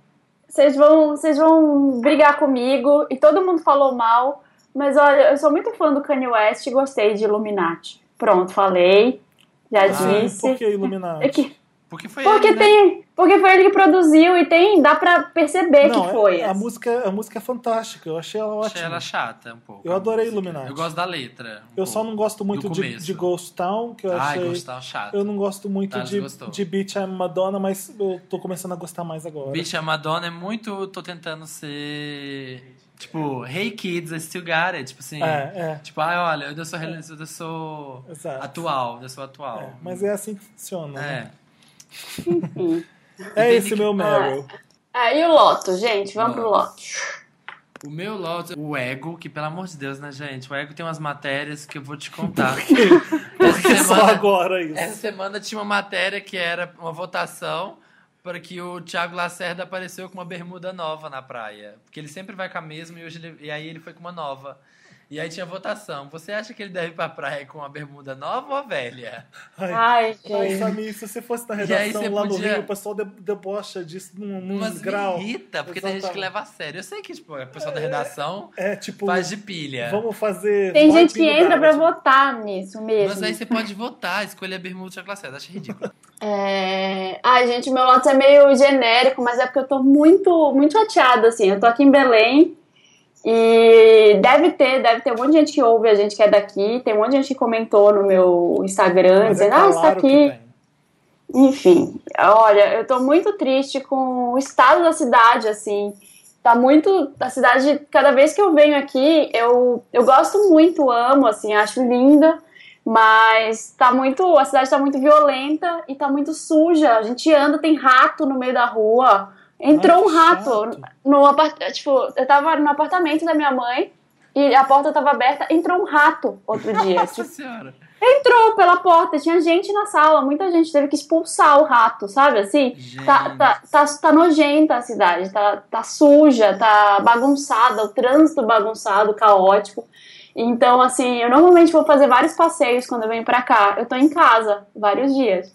vocês vão, vocês vão brigar comigo e todo mundo falou mal, mas olha, eu sou muito fã do Kanye West e gostei de Illuminati. Pronto, falei, já Sim, disse. Ah, por que Illuminati? É que- Porque foi porque ele, né? tem, porque foi ele que produziu e tem, dá pra perceber Não, que foi. é- a, música, a música é fantástica. Eu achei ela Achei ótima. ela chata um pouco. Eu adorei Illuminati. Illuminati. Eu gosto da letra. um Eu só pouco, não gosto muito do de, começo. de Ghost Town, que eu Ai, achei. gostar chato. eu não gosto muito Thales de, gostou. de Beach I'm Madonna, mas eu tô começando a gostar mais agora. Bicho, a Madonna é muito. Tô tentando ser. Tipo, hey kids, I still got it. Tipo assim. É, é. Tipo, ai, olha, eu ainda sou, rele- eu ainda sou Exato. atual, eu ainda sou atual. É, mas é assim que funciona. né? É. Enfim. É Entendi esse que- tá. meu Meryl. Ah, e o Loto, gente, vamos pro Lotus. Loto. O meu Lotus, o Ego, que pelo amor de Deus, né, gente? O Ego tem umas matérias que eu vou te contar. Essa Porque só semana- agora isso. Essa semana tinha uma matéria que era uma votação para que o Thiago Lacerda apareceu com uma bermuda nova na praia. Porque ele sempre vai com a mesma e, hoje ele- e aí ele foi com uma nova. E aí tinha votação. Você acha que ele deve ir pra praia com uma bermuda nova ou velha? Ai, Ai, Ai, gente. Samir, se você fosse na Ah, E aí redação você lá no podia- Rio, o pessoal de- debocha disso num, num Mas grau. me irrita, porque tem gente que Exatamente. leva a sério. Eu sei que tipo, a pessoa da redação É tipo, faz de pilha. vamos fazer. Tem boy gente que pingo entra pra d'água. votar nisso mesmo. Mas aí você pode votar, escolher a bermuda do Thiago Lacerda. Acho ridículo. É... Ai, gente, meu lote é meio genérico, mas é porque eu tô muito, muito chateada, assim. Eu tô aqui em Belém e deve ter, deve ter um monte de gente que ouve a gente que é daqui, tem um monte de gente que comentou no meu Instagram, Mas é dizendo, ah, está claro que aqui. tem. Enfim, olha, eu tô muito triste com o estado da cidade, assim. Tá muito. A cidade, cada vez que eu venho aqui, eu, eu gosto muito, amo, assim, acho linda, mas tá muito. A cidade tá muito violenta e tá muito suja. A gente anda, tem rato no meio da rua. Entrou Ai, um que rato chato. no apart... tipo, eu tava no apartamento da minha mãe e a porta tava aberta, entrou um rato outro dia. Nossa senhora. Entrou pela porta, tinha gente na sala, muita gente teve que expulsar o rato, sabe assim? Gente. Tá, tá, tá, tá nojenta a cidade, tá, tá suja, tá bagunçada, o trânsito bagunçado, caótico. Então, assim, eu normalmente vou fazer vários passeios quando eu venho pra cá. Eu tô em casa vários dias.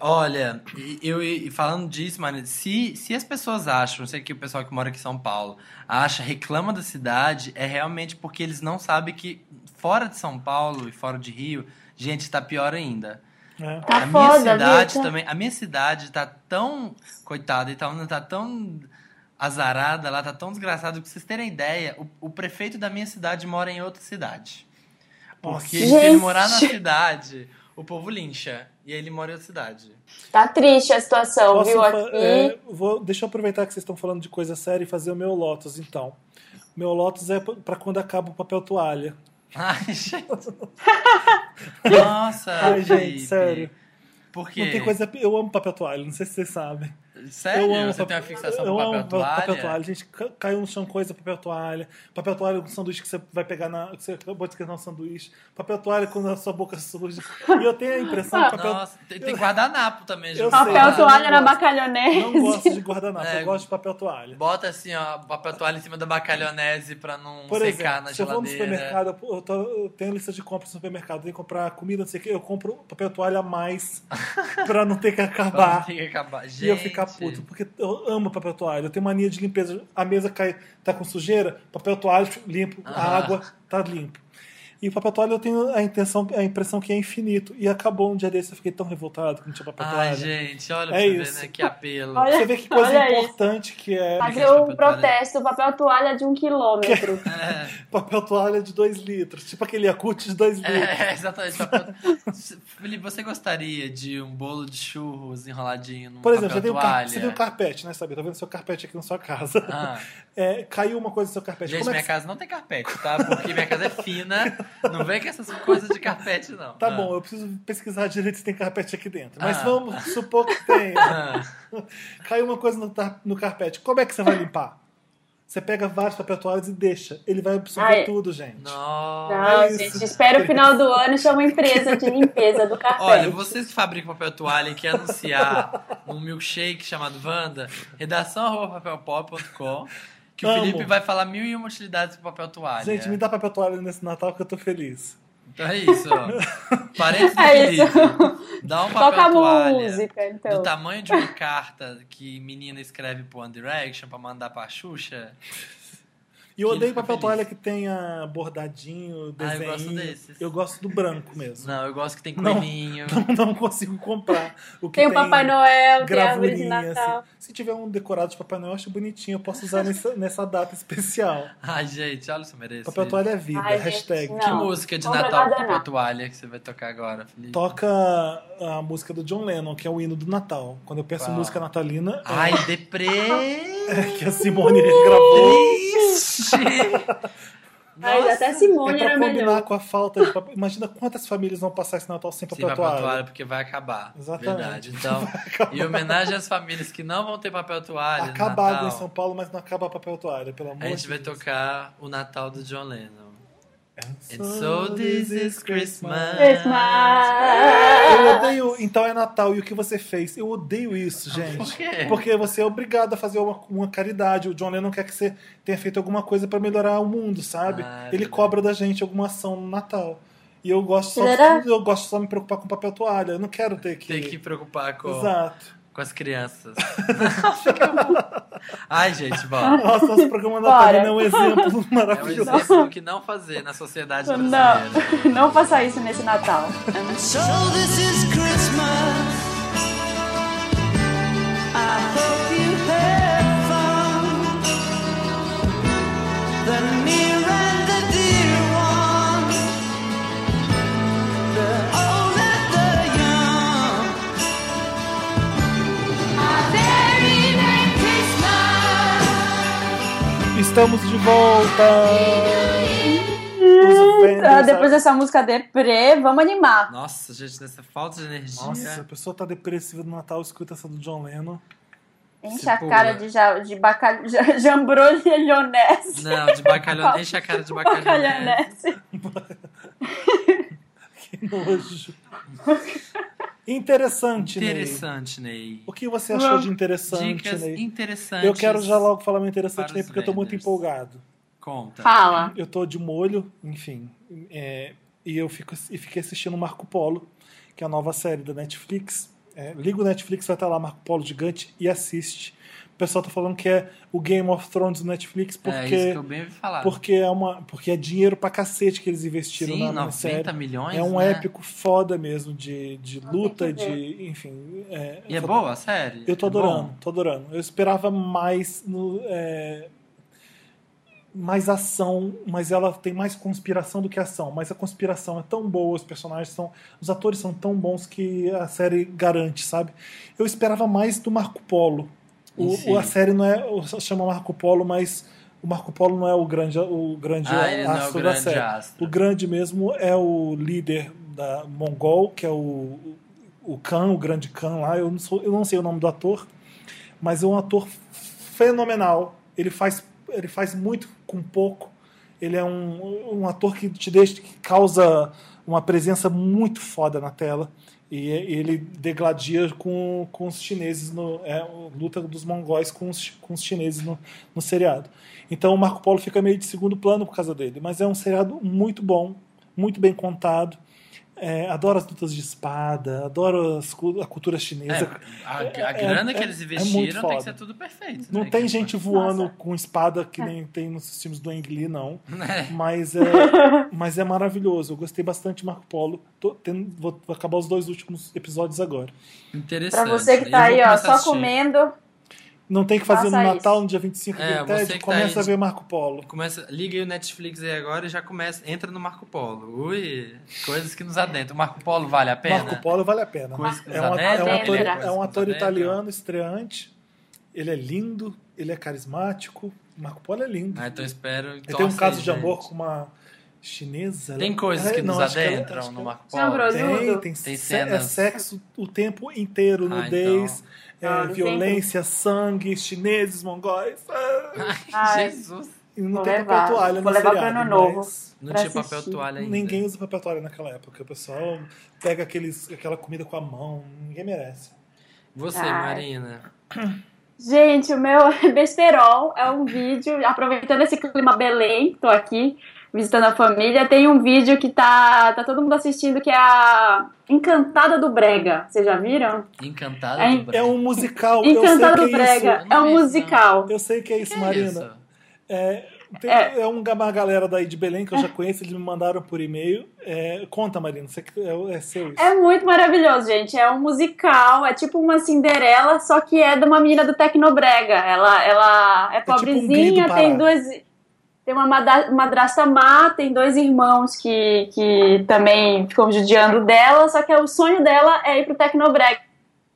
Olha, e- eu e falando disso, mano, se, se as pessoas acham, não sei que o pessoal que mora aqui em São Paulo acha, reclama da cidade, é realmente porque eles não sabem que fora de São Paulo e fora de Rio, gente, tá pior ainda. É. Tá a minha foda, cidade viu? Tá- também, a minha cidade tá tão coitada e tá, tá tão azarada lá, tá tão desgraçada, que vocês terem ideia, o, o prefeito da minha cidade mora em outra cidade. Porque Nossa. se ele Gente. morar na cidade, o povo lincha. E ele mora em outra cidade. Tá triste a situação, Posso viu? fa- Aqui. é, vou- deixa eu aproveitar que vocês estão falando de coisa séria e fazer o meu Lotus, então. Meu Lotus é pra- pra quando acaba o papel toalha. Ai, gente. Nossa, Ai, gente, Felipe. sério. Por quê? Não tem coisa. Eu amo papel toalha, não sei se vocês sabem. Sério? eu amo Você pap- tem uma fixação eu com papel amo toalha? papel toalha. Gente, ca- caiu no chão coisa, papel toalha. Papel toalha é um sanduíche que você vai pegar na. que Você acabou de esquecer um sanduíche. Papel toalha quando a sua boca suja. E eu tenho a impressão que papel. Nossa, tem, tem guardanapo também, Eu gente. sei, mas Papel eu toalha não na gosto. bacalhonese. Não gosto de guardanapo, É. eu gosto de papel toalha. Bota assim, ó, papel toalha em cima da bacalhonese pra não Por secar exemplo, na se eu vou no geladeira. supermercado, eu, tô- eu tenho lista de compras no supermercado, tenho que comprar comida, não sei o que, eu compro papel toalha a mais pra não ter que Pra não acabar. ter que acabar. Gente, E eu ficar puto, porque eu amo papel toalha. Eu tenho mania de limpeza. A mesa cai, tá com sujeira, papel toalha limpo, a Ah. água tá limpo. E o papel toalha eu tenho a intenção, a impressão que é infinito. E acabou um dia desse, eu fiquei tão revoltado que não tinha papel Ai, toalha. gente, olha pra É você isso. ver, né? Que apelo. Olha- Você vê que coisa olha isso. importante que é de Fazer um papel toalha. protesto, papel toalha de um quilômetro. É, papel toalha de 2 litros. Tipo aquele Yakut de 2 litros. é, exatamente. papel- Felipe, você gostaria de um bolo de churros enroladinho num Por exemplo, papel você tem, um car- toalha? você tem um carpete, né, Sabi? Tá vendo seu carpete aqui na sua casa. Ah. É, caiu uma coisa no seu carpete. Gente, Como é minha que... casa não tem carpete, tá? Porque minha casa é fina. Não vem com essas coisas de carpete, não. Tá Ah. bom, eu preciso pesquisar direito se tem carpete aqui dentro. Mas Ah. vamos supor que tenha. Ah. caiu uma coisa no, tar- no carpete. Como é que você vai limpar? Você pega vários papel toalhas e deixa. Ele vai absorver Ai. tudo, gente. Nossa. Não, isso. gente, espera o final do ano e chama uma empresa de limpeza do carpete. Olha, vocês que fabricam papel toalha e querem anunciar um milkshake chamado Wanda, redação arroba papelpop.com, que o Amo. Felipe vai falar mil e uma utilidades pro papel toalha. Gente, me dá papel toalha nesse Natal que eu tô feliz. Então é isso. Parente do É Felipe. isso. Dá um papel Toca a toalha. música, então. Do tamanho de uma carta que menina escreve pro One Direction pra mandar pra Xuxa. E eu Que ele odeio fica papel feliz. toalha que tenha bordadinho, Ah, desenho. eu gosto desses. Eu gosto do branco mesmo. Não, eu gosto que tem Não. coelhinho. Não, consigo comprar. O que Tem o Papai Noel, tem a árvore de gravurinha. Natal. assim. Se tiver um decorado de Papai Noel, eu acho bonitinho. Eu posso usar nessa, nessa data especial. Ai, gente, olha isso, merece. Papel toalha é vida. Ai, gente, hashtag. não. Que música de Vamos Natal com guardar, papel não. toalha que você vai tocar agora, Felipe? Toca a música do John Lennon, que é o hino do Natal. Quando eu penso em Qual? música natalina, é- Ai, deprê! que a Simone regravou. Triste! Ai, Nossa, até Simone É pra era combinar melhor. com a falta de papel. Imagina quantas famílias vão passar esse Natal sem Sem papel, papel toalha. toalha, porque vai acabar. Exatamente. Verdade. Então, em homenagem às famílias que não vão ter papel toalha, no Acaba a água em São Natal, Paulo, mas não acaba papel toalha, pelo amor a de gente vai Deus. tocar o Natal do John Lennon. And And so this is Christmas. Christmas. Eu odeio. Então é Natal e o que você fez? Eu odeio isso, gente. Por quê? Porque você é obrigado a fazer uma, uma caridade. O John Lennon quer que você tenha feito alguma coisa pra melhorar o mundo, sabe? Ah, é Ele verdade. cobra da gente alguma ação no Natal. E eu gosto só, Será? eu gosto só de me preocupar com papel toalha. Eu não quero ter que. Tem que preocupar com, Exato. com as crianças. Fica bom. Ai, gente, bom. Nossa, nosso programa Bora. natalino é um exemplo É um maravilhoso. exemplo do que não fazer na sociedade brasileira. Não, não faça isso nesse Natal. So this is Christmas. I hope you have fun. The near and the dear one, the old and the young. A very merry Christmas. Estamos de volta! Os Vendors, Ah, Depois sabe? dessa música deprê, vamos animar. Nossa, gente, nessa falta de energia. Nossa, a pessoa tá depressiva no Natal, escuta essa do John Lennon. Enche Se a pula. cara de, ja, de bacalhau. Jambrolhonese. né? Não, de bacalhau, enche a cara de bacalhau. Bacalhonese. nojo. Interessante, Ney. Interessante, Ney. O que você achou de interessante, Dicas Ney? interessantes. Eu quero já logo falar um interessante, para Ney, os porque eu tô muito vendors. empolgado. Conta. É Fala. Eu tô de molho, enfim. é, e eu fico, e fiquei assistindo Marco Polo, que é a nova série da Netflix. É, liga o Netflix, vai estar lá Marco Polo gigante e assiste. O pessoal tá falando que é o Game of Thrones do Netflix é porque isso que eu bem ouvi falar. porque é uma porque é dinheiro pra cacete que eles investiram Sim, na, 90 na série. milhões. É um né? épico foda mesmo de, de luta, tem que de. Enfim. é, E é eu tô- boa a série? Eu tô É bom? adorando, tô adorando. Eu esperava mais no. é, mais ação, mas ela tem mais conspiração do que ação. Mas a conspiração é tão boa, os personagens são. Os atores são tão bons que a série garante, sabe? Eu esperava mais do Marco Polo. O, Sim. o- a série não é. o- Chama Marco Polo, mas. O Marco Polo não é o grande, o grande Ah, ele não é o astro da grande série. astro. O grande mesmo é o líder da Mongol, que é o, o Khan, o grande Khan lá. Eu não, sou, eu não sei o nome do ator, mas é um ator fenomenal. Ele faz, ele faz muito com pouco. Ele é um, um ator que te deixa, que causa uma presença muito foda na tela. E ele degladia com, com os chineses, no, é, a luta dos mongóis com os, chi- com os chineses no, no seriado. Então o Marco Polo fica meio de segundo plano por causa dele. Mas é um seriado muito bom, muito bem contado. É, adoro as lutas de espada, adoro as cu- a cultura chinesa. É, a, a grana que é- eles é muito investiram tem foda. que ser tudo perfeito. Não né? tem Que- gente voando com espada que É. nem tem nos filmes do Ang Lee, não. Né? Mas é, mas é maravilhoso. Eu gostei bastante de Marco Polo. Tô tendo- vou, vou acabar os dois últimos episódios agora. Interessante. Pra você que Eu vou tá aí, ó, começar a só assistir. comendo. Não tem que fazer Faça no isso. Natal, no dia 25 É, de você TED, que tá começa aí. a ver Marco Polo. Começa, liga aí o Netflix aí agora e já começa, entra no Marco Polo. Ui, coisas que nos adentram. O Marco Polo vale a pena? Marco Polo vale a pena. Coisa que É nos um, é adentram, um ator, né? é um ator Coisa que nos italiano estreante. Ele é lindo, ele é carismático. Marco Polo é lindo. Ah, então espero. Ele tem um torce caso aí, de amor gente. com uma chinesa. Tem ela- coisas Ah, que não, nos acho ela- adentram acho no ela- Marco Não, Polo. Bruno. Tem, Tudo. tem, se- é cenas. sexo o tempo inteiro, Ah, nudez, então. é, Ah, não violência, sangue, chineses, mongóis. ah, Ai. Jesus. e não Vou tem levar, papel toalha vou no levar pro seriado, Ano Novo. mas Não Pra tinha papel assistir. toalha ainda. Ninguém usa papel toalha naquela época. O pessoal pega aqueles, aquela comida com a mão. Ninguém merece. Você, Ah. Marina. Gente, o meu besterol é um vídeo, aproveitando esse clima Belém, tô aqui visitando a família, tem um vídeo que tá, tá todo mundo assistindo que é a Encantada do Brega. Vocês já viram? Encantada É- do Brasil. É um musical. Encantada eu do sei que é isso. Então tá Brega Eu não é um vi isso, musical. Eu sei que é isso, Que Marina. isso? É, tem- É. é um- uma galera daí de Belém que eu já conheço, eles me mandaram por e-mail. É, conta, Marina, você, que- é, é seu isso. É muito maravilhoso, gente. É um musical, é tipo uma Cinderela, só que é de uma menina do Tecnobrega. Ela, ela é tipo um Glee pobrezinha, do Pará. tem duas. Tem uma mada- madrasta má, tem dois irmãos que, que também ficam judiando dela, só que o sonho dela é ir pro Tecnobrega.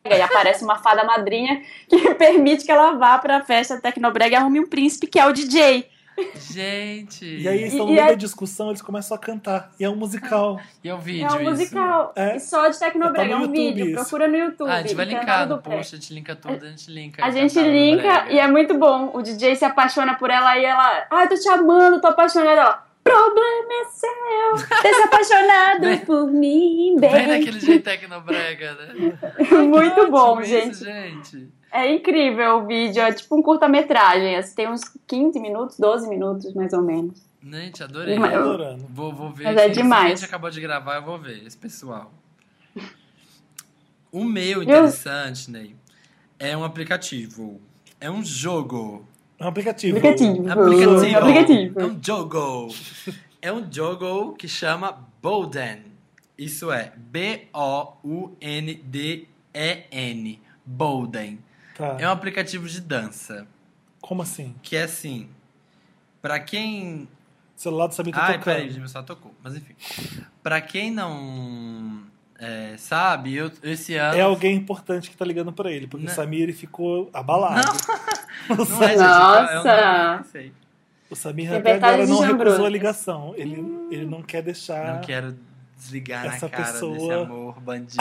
E aparece uma fada madrinha que permite que ela vá pra festa do Tecnobrega e arrume um príncipe que é o DJ. Gente. E aí eles E- estão no e meio é- da discussão, eles começam a cantar. E é um musical. E é um vídeo É um isso? musical. É. E só de Tecnobrega, Tá é no um YouTube vídeo. isso. Procura no YouTube. Ah, a gente vai Encantada linkar do no Brega. post, a gente linka tudo, a gente linka. A gente Encantada do linka Brega. e é muito bom. O DJ se apaixona por ela e ela. Ai, tô te amando, tô apaixonada. Ela, Problema é seu, ter se apaixonado por mim, Bem bem. daquele jeito tecnobrega, né? Muito bom, Ótimo gente. Isso, gente. É incrível o vídeo, é tipo um curta-metragem. assim, tem uns 15 minutos, 12 minutos mais ou menos. Gente, adorei. Tô Mas- Eu- adorando. Vou, vou ver. Mas é aqui, se A demais. gente acabou de gravar, eu vou ver, esse pessoal. O meu Viu? interessante, Ney, é um aplicativo. É um jogo. É um aplicativo. Aplicativo. Aplicativo. Aplicativo. É um jogo. É um jogo que chama Bolden. Isso é B-O-U-N-D-E-N. Bolden. Tá. É um aplicativo de dança. Como assim? Que é assim. Pra quem O celular do Samir tá Ai, tocando. peraí, Jimmy só tocou. Mas enfim. Pra quem não é, sabe, eu, esse ano. É alguém importante que tá ligando pra ele, porque Não. o Samir ele ficou abalado. um Não é, gente, Nossa! eu não sei. O Samir até Secretário agora de não Jambrolha. recusou a ligação. Ele, Hum. ele não quer deixar. Não quero desligar Essa na cara desse pessoa- amor bandido.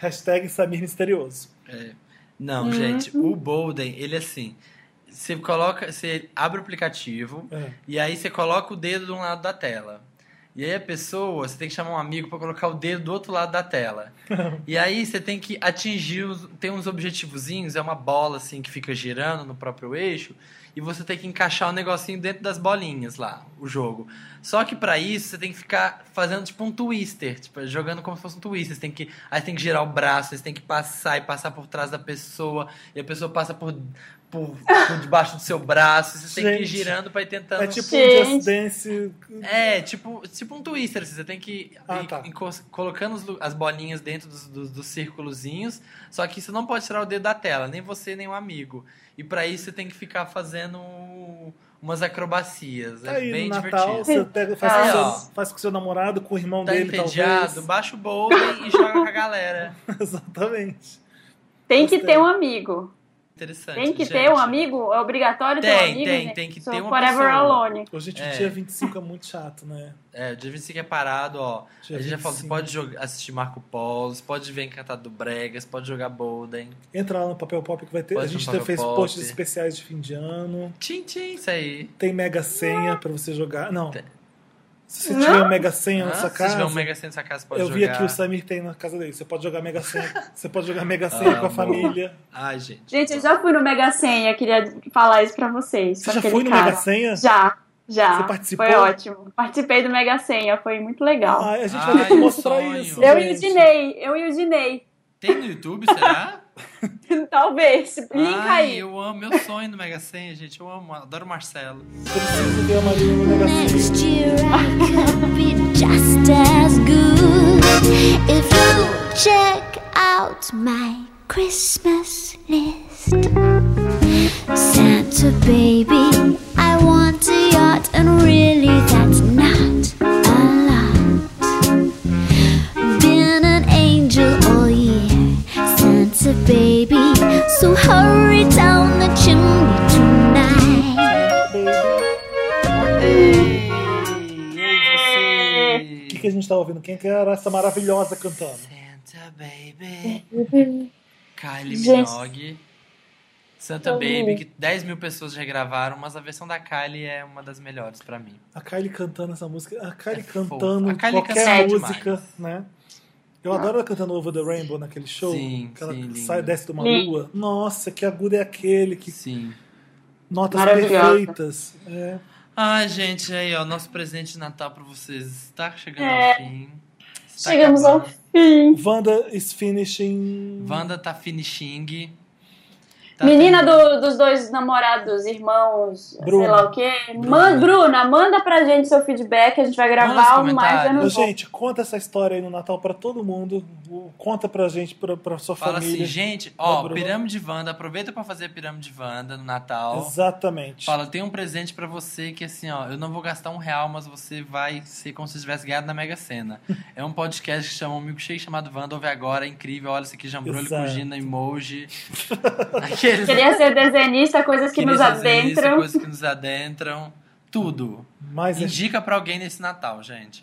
Hashtag Samir Misterioso. não, gente, o Bolden, ele é assim. Você coloca, você abre o aplicativo É. e aí você coloca o dedo de um lado da tela. E aí a pessoa, você tem que chamar um amigo pra colocar o dedo do outro lado da tela. e aí você tem que atingir, os- tem uns objetivozinhos, é uma bola assim que fica girando no próprio eixo, e você tem que encaixar o negocinho dentro das bolinhas lá, o jogo. Só que pra isso você tem que ficar fazendo tipo um twister, tipo, jogando como se fosse um twister. Você tem que, aí você tem que girar o braço, aí você tem que passar e passar por trás da pessoa, e a pessoa passa por, por, por debaixo do seu braço, e você tem que ir Gente. girando pra ir tentando. É tipo um Gente. Just Dance. É, tipo, tipo um twister, assim, você tem que ir Ah, tá. enco- colocando os lu- as bolinhas dentro dos, dos, dos circulozinhos, só que você não pode tirar o dedo da tela, nem você, nem um amigo. E pra isso você tem que ficar fazendo umas acrobacias, Tá é aí bem no Natal, divertido. você pega- faz, Aí, com um ó. seu, faz com seu namorado, com o irmão Tá dele, entediado, baixa o bowling e joga com a galera. talvez. Exatamente. Tem que Gostei. ter um amigo. Interessante, Tem que gente. ter um amigo? É obrigatório ter Tem, um amigo? tem, gente? tem que Sou ter uma Forever pessoa. Alone. Ô, gente, É. o dia 25 é muito chato, né? É, o dia 25 é parado, ó. Dia a gente já falou, você 25. pode jogar, assistir Marco Polo, você pode ver Encantado do Brega, você pode jogar bowling. Entra lá no Papel Pop que vai ter. Pode a no gente Papel fez Pop. posts especiais de fim de ano. Tchim, tchim, isso aí. Tem Mega Senha pra você jogar. Não. Tem. Se você tiver um Mega Senha Ah, na sua se tiver casa. um Mega Sena na sua casa, pode Eu jogar. vi aqui o Samir tem na casa dele. Você pode jogar Mega Senha. Você pode jogar Mega Senha com a amor. família. Ai, gente. Gente, eu já fui no Mega Senha, queria falar isso pra vocês. Você pra já aquele foi no cara. Mega Senha? tá? Já, já. Você participou? Ah, Foi ótimo. Participei do Mega Senha, foi muito legal. Ai, a gente Ai, um vai ter que mostrar sonho. isso. eu e o gente. Dinei, eu e o Dinei. Tem no YouTube, será? Talvez. Link Ai, aí. eu amo, meu sonho no Mega Sena, gente. Eu amo, adoro o Marcelo. Eu preciso ver a Marina no Mega Senha. Next year I could be just as good if you check out my Christmas list. Santa baby, I want a yacht, and really that's not a lot. Been an angel all year, Santa baby, so hurry down the chimney tonight. E aí, O que, que a gente tá ouvindo? Quem que era essa maravilhosa cantando? Santa Baby. Kylie Gente. Minogue. Santa Eu Baby, amo. que 10 mil pessoas já gravaram, mas a versão da Kylie é uma das melhores pra mim. A Kylie cantando essa música. A É Kylie fofa. cantando A Kylie qualquer canta música, né? Tá. Eu adoro ela cantando Over the Rainbow naquele show. Sim, que ela sim, sai, lindo. desce de uma Lindo. lua. Nossa, que agudo é aquele, que Sim. notas Maravilhosa. perfeitas. É. Ai, gente, aí, ó, nosso presente de Natal pra vocês está chegando É. ao fim. Está Chegamos ao acabando. fim. Wanda is finishing. Wanda tá finishing. Tá Menina do- dos dois namorados, irmãos, Bruna. sei lá o quê. Man- Bruna, manda pra gente seu feedback, a gente vai gravar nos o mais comentários. ano Mas, novo. Gente, conta essa história aí no Natal pra todo mundo. O- Conta pra gente, pra, pra sua Fala família. assim, gente, ó, Lembrou? pirâmide Wanda, aproveita pra fazer a pirâmide Wanda no Natal. Exatamente. Fala, tem um presente pra você que assim, ó, eu não vou gastar um real, mas você vai ser como se tivesse ganhado na Mega Sena. é um podcast que chama um milkshake chamado Wanda, ouve agora, é incrível, olha isso aqui, jambrolho com Exato. Gina, emoji. Aqueles Queria ser desenhista, coisas que aqueles nos desenhos, adentram. coisas que nos adentram, tudo. Mas é- a gente Indica pra alguém nesse Natal, gente.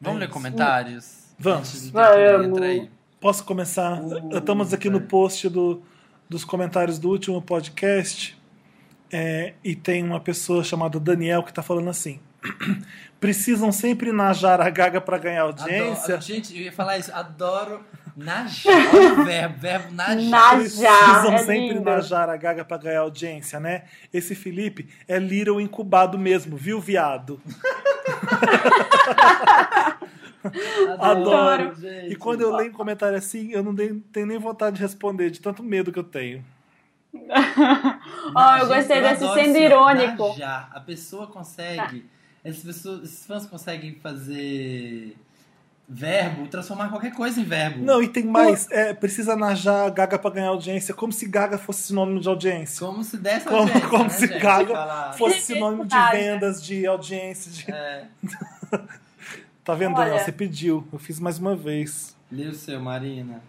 Vamos É ler isso. comentários? Vamos. A gente tem que ler, Vamos. entra aí. Posso começar? Uh, Estamos aqui no vai. post do- dos comentários do último podcast é, e tem uma pessoa chamada Daniel que está falando assim: precisam sempre najar a gaga para ganhar audiência. Adoro, gente, eu ia falar isso. Adoro najar. Olha o verbo, verbo najar. Najar, Precisam é sempre lindo. najar a gaga para ganhar audiência, né? Esse Felipe é Little incubado mesmo, viu, viado? Adoro. gente. E quando eu leio um comentário assim, eu não dei- tenho nem vontade de responder, de tanto medo que eu tenho. Ó, eu Gente, gostei desse adoro sendo esse irônico. Najar. A pessoa consegue. Essas pessoas, esses fãs conseguem fazer verbo, transformar qualquer coisa em verbo. Não, e tem mais: é, precisa najar a gaga para ganhar audiência, como se gaga fosse sinônimo de audiência. Como se desse Como- audiência, como né, se gente? Gaga Falar- fosse sinônimo de Verdade. vendas, de audiência. de- É, Tá vendo, Olha. Daniel? Você pediu. Eu fiz mais uma vez. lê o seu, Marina.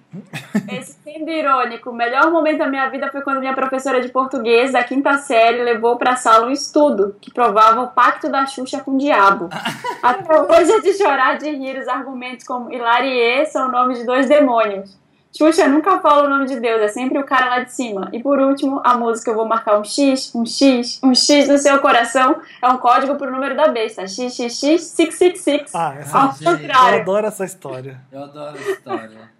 Esse sendo irônico, o melhor momento da minha vida foi quando minha professora de português da quinta série levou pra sala um estudo que provava o pacto da Xuxa com o diabo. Até hoje é de chorar de rir, os argumentos como Hilarie são o nome de dois demônios. Xuxa nunca fala o nome de Deus, é sempre o cara lá de cima. E por último, a música Eu Vou Marcar um X, um X, um X no seu coração é um código pro número da besta. XXX666. Ah, essa, Ao gente, eu eu contrário. adoro essa história. Eu adoro a história.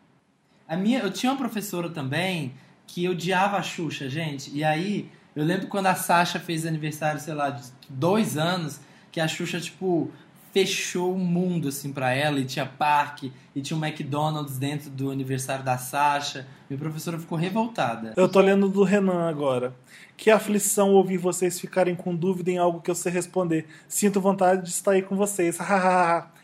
A minha, eu tinha uma professora também que odiava a Xuxa, gente. E aí, eu lembro quando a Sasha fez aniversário, sei lá, de dois anos, que a Xuxa, tipo, fechou o mundo, assim, pra ela. E tinha parque, e tinha um McDonald's dentro do aniversário da Sasha. Minha professora ficou revoltada. Eu tô lendo do Renan agora. Que aflição ouvir vocês ficarem com dúvida em algo que eu sei responder. Sinto vontade de estar aí com vocês.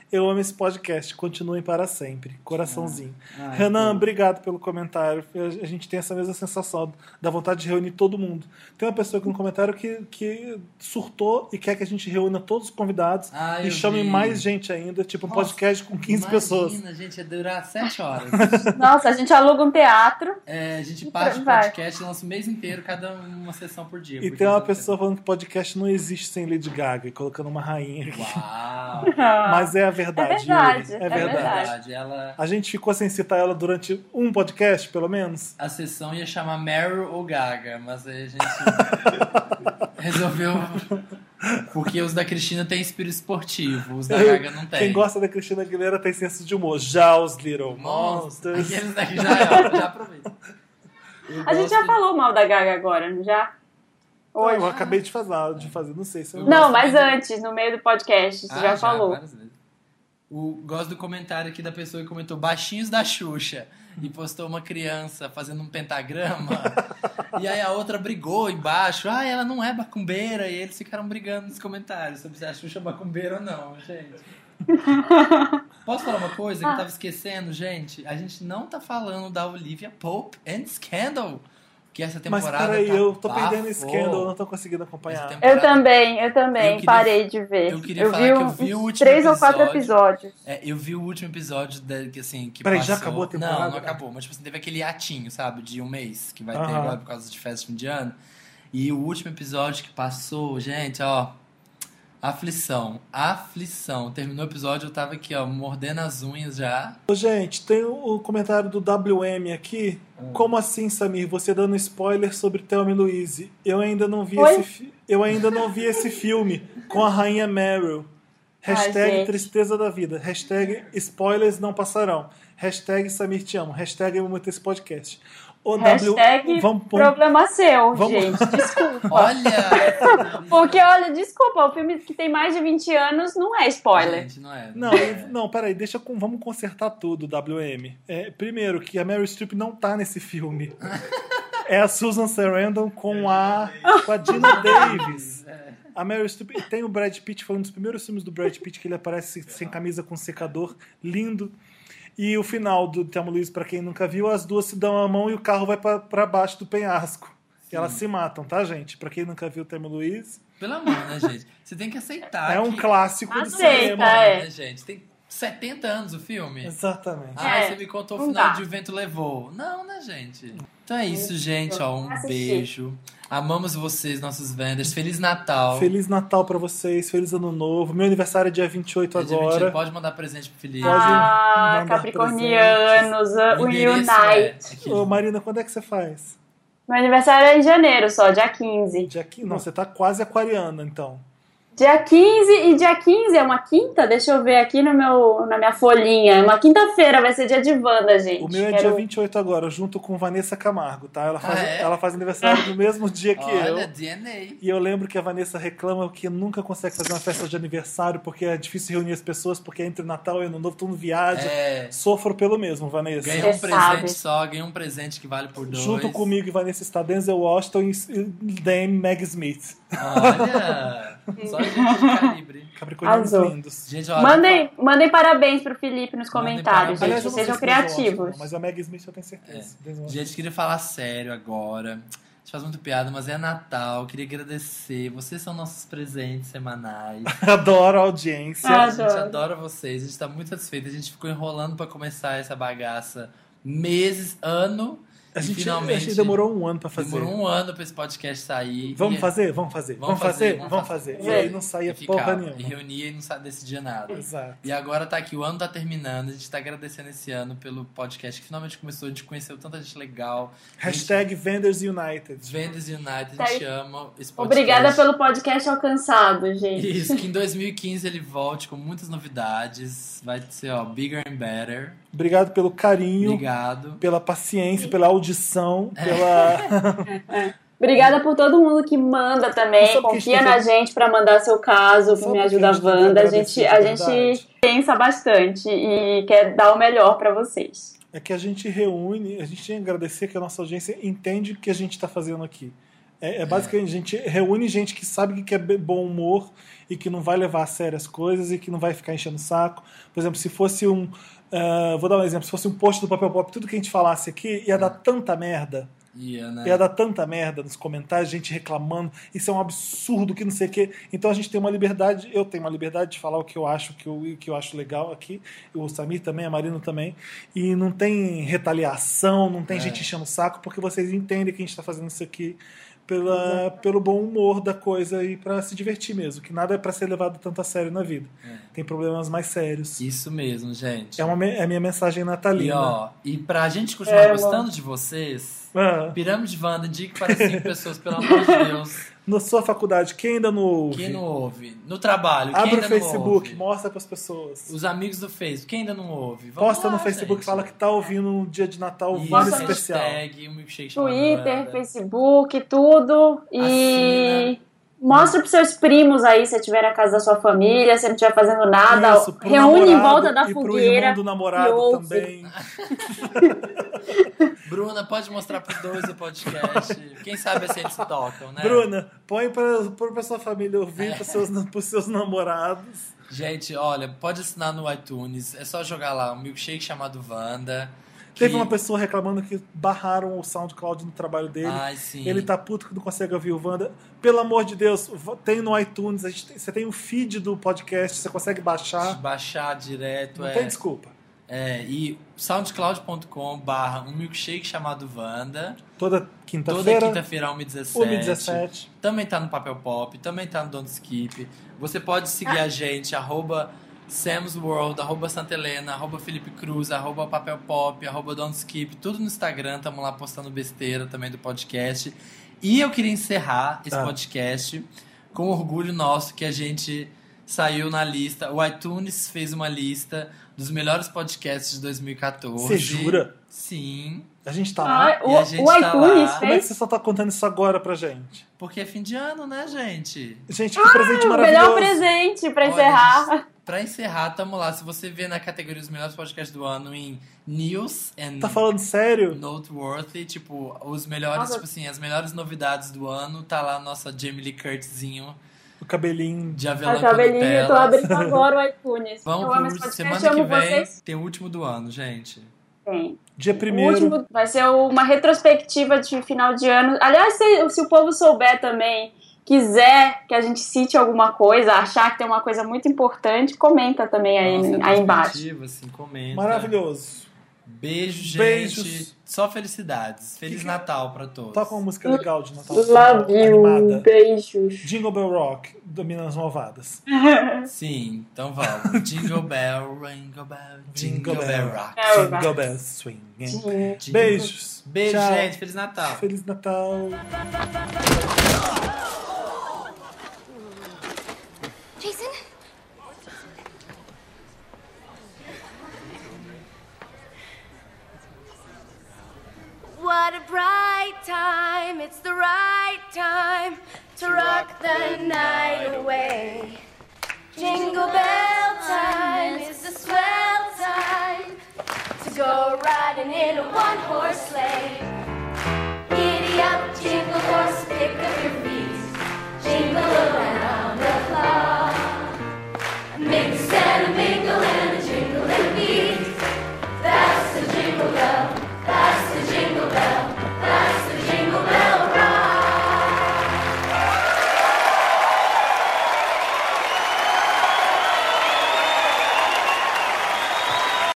eu amo esse podcast. Continuem para sempre. Coraçãozinho. Ah, Renan, então- obrigado pelo comentário. A gente tem essa mesma sensação da vontade de reunir todo mundo. Tem uma pessoa aqui no comentário que, que surtou e quer que a gente reúna todos os convidados Ah, e eu chame vi. mais gente ainda, tipo um Nossa, podcast com 15 pessoas. Imagina, gente, ia durar sete horas. Nossa, a gente aluga um teatro. É, a gente parte o Vai. podcast, lança o mês inteiro, cada um uma sessão por dia. E porque tem uma não pessoa falando que podcast não existe sem Lady Gaga, e colocando uma rainha. Uau! Mas é a verdade. É verdade, Yuri. é É verdade. verdade. Ela, A gente ficou sem citar ela durante um podcast, pelo menos. a sessão ia chamar Meryl ou Gaga, mas aí a gente resolveu. Porque os da Cristina têm espírito esportivo, os da Gaga não têm. Quem gosta da Cristina Aguilera tem senso de humor. Já os Little Monstros. Monsters. Aqueles daqui já, é, já aproveita. Eu A gosto- gente já falou mal da Gaga agora, não já? Eu Hoje. acabei de fazer, de fazer, não sei se eu... Não, mas antes, no meio do podcast, você Ah, já, falou. várias vezes. O, gosto do comentário aqui da pessoa que comentou baixinhos da Xuxa e postou uma criança fazendo um pentagrama. e aí a outra brigou embaixo. Ah, ela não é macumbeira. E eles ficaram brigando nos comentários sobre se a Xuxa é macumbeira ou não, gente. Posso falar uma coisa que eu tava esquecendo, gente? A gente não tá falando da Olivia Pope and Scandal. Que essa Mas temporada. peraí, tá eu tô perdendo bafo. Scandal, não tô conseguindo Essa acompanhar. temporada Eu também, eu também Eu queria- parei de ver. eu queria falar vi, que eu uns vi o último três ou quatro episódio. episódios. É, eu vi o último episódio da, que assim. Que Peraí, passou... já acabou a temporada? Não, não acabou. Mas tipo assim, teve aquele atinho, sabe? De um mês que vai ter Aham. agora por causa de festa de fim de ano. E o último episódio que passou, gente, ó. Aflição, aflição. Terminou o episódio, eu tava aqui, ó, mordendo as unhas já. Ô, Gente, tem o um comentário do WM aqui. Como assim, Samir? Você dando spoiler sobre Thelma e Louise. Eu ainda não vi Oi? esse fi- Eu ainda não vi esse filme com a rainha Meryl. Ai, Hashtag gente. tristeza da vida. Hashtag spoilers não passarão. Hashtag Samir te amo. Hashtag amo muito esse podcast. O Hashtag vamos pôr- um problema seu, vamos- gente. Desculpa. Olha! Porque, olha, desculpa, o filme que tem mais de 20 anos não é spoiler. Gente, não é. Não, é. não, peraí, deixa com, vamos consertar tudo, WM. É, primeiro, que a Mary Streep não tá nesse filme. É a Susan Sarandon com a, com a Gina Davis. A Mary Streep e tem o Brad Pitt, foi um dos primeiros filmes do Brad Pitt que ele aparece sem camisa com secador, lindo. E o final do Thelma e Luiz, pra quem nunca viu, as duas se dão a mão e o carro vai pra- pra baixo do penhasco. E elas se matam, tá, gente? Pra quem nunca viu o Thelma e Luiz, Pelo amor, né, gente? Você tem que aceitar. é um Ah, que- clássico do Aceita, cinema. é. né, gente? Tem 70 anos o filme. Exatamente. Ah, É, você me contou o não final dá. de O Vento Levou. Não, né, gente? Então é isso, gente. Ó, um Assisti. beijo. Amamos vocês, nossos vendors. Feliz Natal. Feliz Natal pra vocês, feliz ano novo. Meu aniversário é dia 28 Dia de agora. 20, Pode mandar presente pro Felipe. Pode Ah, mandar Capricornianos, ah, o endereço Unite. é aqui. Ô, Marina, quando é que você faz? Meu aniversário é em janeiro só, dia 15. Dia 15? Não, você tá quase aquariana, então. Dia 15 e dia 15 é uma quinta? Deixa eu ver aqui no meu, na minha folhinha. É uma quinta-feira, vai ser dia de Wanda, gente. O meu é Quero- dia 28 agora, junto com Vanessa Camargo, tá? Ela faz, Ah, é? ela faz aniversário no mesmo dia que Olha, eu. DNA. E eu lembro que a Vanessa reclama que nunca consegue fazer uma festa de aniversário porque é difícil reunir as pessoas, porque entre Natal e Ano Novo todo mundo viaja. É, Sofro pelo mesmo, Vanessa. ganha um Você presente sabe. só, ganha um presente que vale por dois. Junto comigo e Vanessa está Denzel Washington e Dame Meg Smith. Olha! Só gente de calibre. Capricornianos Arrasou. lindos. Gente, olha, Mandem, mandem parabéns pro Felipe nos Mandem parabéns. comentários, gente. Aliás, eu não Sejam sei se vocês gostam, criativos. não, Mas a Meg Smith eu tenho certeza. É. é Gente, queria falar sério agora. A gente faz muito piada, mas é Natal. Queria agradecer. Vocês são nossos presentes semanais. Adoro a audiência. Ah, a gente adoro. adora vocês. A gente tá muito satisfeito. A gente ficou enrolando pra começar essa bagaça meses, ano. A gente, finalmente- a gente demorou um ano pra fazer. Demorou um ano pra esse podcast sair. Vamos E- é fazer? Vamos fazer. Vamos, fazer, Vamos fazer. E aí não saía e ficava, porra E nenhuma. É reunia e não sa- decidia nada. Exato. E agora tá aqui, o ano tá terminando, a gente tá agradecendo esse ano pelo podcast que finalmente começou, a gente conheceu tanta gente legal. Hashtag Vendors United. Vendas United, a Tá aí. gente ama esse podcast. Obrigada pelo podcast alcançado, gente. Isso, que em 2015 ele volte com muitas novidades. Vai ser, ó, bigger and better. Obrigado pelo carinho, Obrigado. É. pela paciência, pela audição, pela. Obrigada por todo mundo que manda Mas também, sabe que a gente confia tem na que- gente pra mandar seu caso, pro Sabe me por que ajuda a a gente tem que Wanda. A agradecer gente, a de gente verdade? pensa bastante e quer dar o melhor pra vocês. É que a gente reúne, a gente tem que agradecer que a nossa audiência entende o que a gente tá fazendo aqui. É, é basicamente, a gente reúne gente que sabe que é be- bom humor e que não vai levar a sério as coisas e que não vai ficar enchendo o saco. Por exemplo, se fosse um. ah, vou dar um exemplo, se fosse um post do Papel Pop, tudo que a gente falasse aqui ia dar tanta merda. E Ana. Ia dar tanta merda nos comentários, gente reclamando, isso é um absurdo, que não sei o quê. Então a gente tem uma liberdade, eu tenho uma liberdade de falar o que eu acho, o que eu, o que eu acho legal aqui. O Samir também, a Marina também. E não tem retaliação, não É. tem gente enchendo o saco, porque vocês entendem que a gente tá fazendo isso aqui pela, pelo bom humor da coisa e pra se divertir mesmo, que nada é pra ser levado tanto a sério na vida. É. Tem problemas mais sérios. Isso mesmo, gente. É, uma, me- é a minha mensagem E natalina. ó, e pra gente continuar É, gostando de vocês, Ah, Pirâmide Wanda, indique para cinco pessoas, pelo amor de Deus. na sua faculdade, quem ainda não ouve? Quem não ouve? No trabalho, quem Abre o ainda não Facebook, ouve? mostra pras pessoas. Os amigos do Facebook, quem ainda não ouve? Vamos Posta no lá, Facebook, gente. fala que tá ouvindo um dia de Natal Isso, ouvindo Posta no especial. hashtag, um milkshake chamado Twitter, Wanda. Facebook, tudo. E Assina. mostra pros seus primos aí, se estiver na casa da sua família, se não estiver fazendo nada. Isso, pro reúne em namorado volta da e Pro fogueira. irmão do namorado e ouve. também. Bruna, pode mostrar pros dois o podcast. Quem sabe assim eles se tocam, né? Bruna, põe pra, põe pra sua família É. ouvir, pros, seus, pros seus namorados. Gente, olha, pode assinar no iTunes. É só jogar lá um milkshake chamado Wanda. que- Teve uma pessoa reclamando que barraram o SoundCloud no trabalho dele. Ai, Ah, sim. Ele tá puto que não consegue ouvir o Wanda. Pelo amor de Deus, vo- tem no iTunes, a gente tem- você tem o feed do podcast, você consegue baixar. Baixar direto. Não é, tem desculpa. é, e soundcloud.com barra um milkshake chamado Wanda. Toda Toda quinta-feira, quinta-feira, 1h17. 1h17. Também tá no Papel Pop, também tá no Don't Skip. Você pode seguir a gente, arroba Sam's World, arroba Santa Helena, arroba Felipe Cruz, arroba Papel Pop, arroba Don't Skip, tudo no Instagram, tamo lá postando besteira também do podcast. E eu queria encerrar esse Ah. podcast com um orgulho nosso que a gente saiu na lista. O iTunes fez uma lista dos melhores podcasts de 2014. Você jura? Sim. A gente tá lá. Ah, o, E a gente o tá iTunes lá. Como é que fez você só tá contando isso agora pra gente? Porque é fim de ano, né, gente? Gente, que presente é o maravilhoso. melhor presente pra é Olha, encerrar. gente, Pra encerrar, tamo lá. Se você vê na categoria dos melhores podcasts do ano em News and Tá falando sério? Noteworthy, tipo, os melhores, Nossa. tipo assim, as melhores novidades do ano, tá lá a nossa Jamie Lee Curtisinho O cabelinho. de A Avelã cabelinha, eu é tô Corrupela. abrindo agora o iTunes. eu amo Vamos esse pro podcast, semana eu que amo vem, vocês. tem o último do ano, gente. Tem. Dia O primeiro. último vai ser uma retrospectiva de final de ano. Aliás, se, se o povo souber também, quiser que a gente cite alguma coisa, achar que tem uma coisa muito importante, comenta também É, aí, Nossa, aí embaixo. perspectiva, Assim, comenta. Maravilhoso. Beijo, gente. Beijos. Tá Só felicidades. Feliz Que que- Natal pra todos. Toca uma música legal de Natal. Love you, Animada. beijos. Jingle Bell Rock, do Minas Malvadas. Sim, então vamos. Jingle Bell, Ringle Bell, Jingle, Jingle Bell Bell. Rock. É, vai. Jingle Bell Swing. Jingle- Beijos. Beijo, Tchau. gente. Feliz Natal. Feliz Natal. Jason? What a bright time, it's the right time to rock the night away. Jingle bell time is the swell time to go riding in a one horse sleigh. Giddy up, jingle horse, pick up your feet, jingle around the clock. Mix and a mingle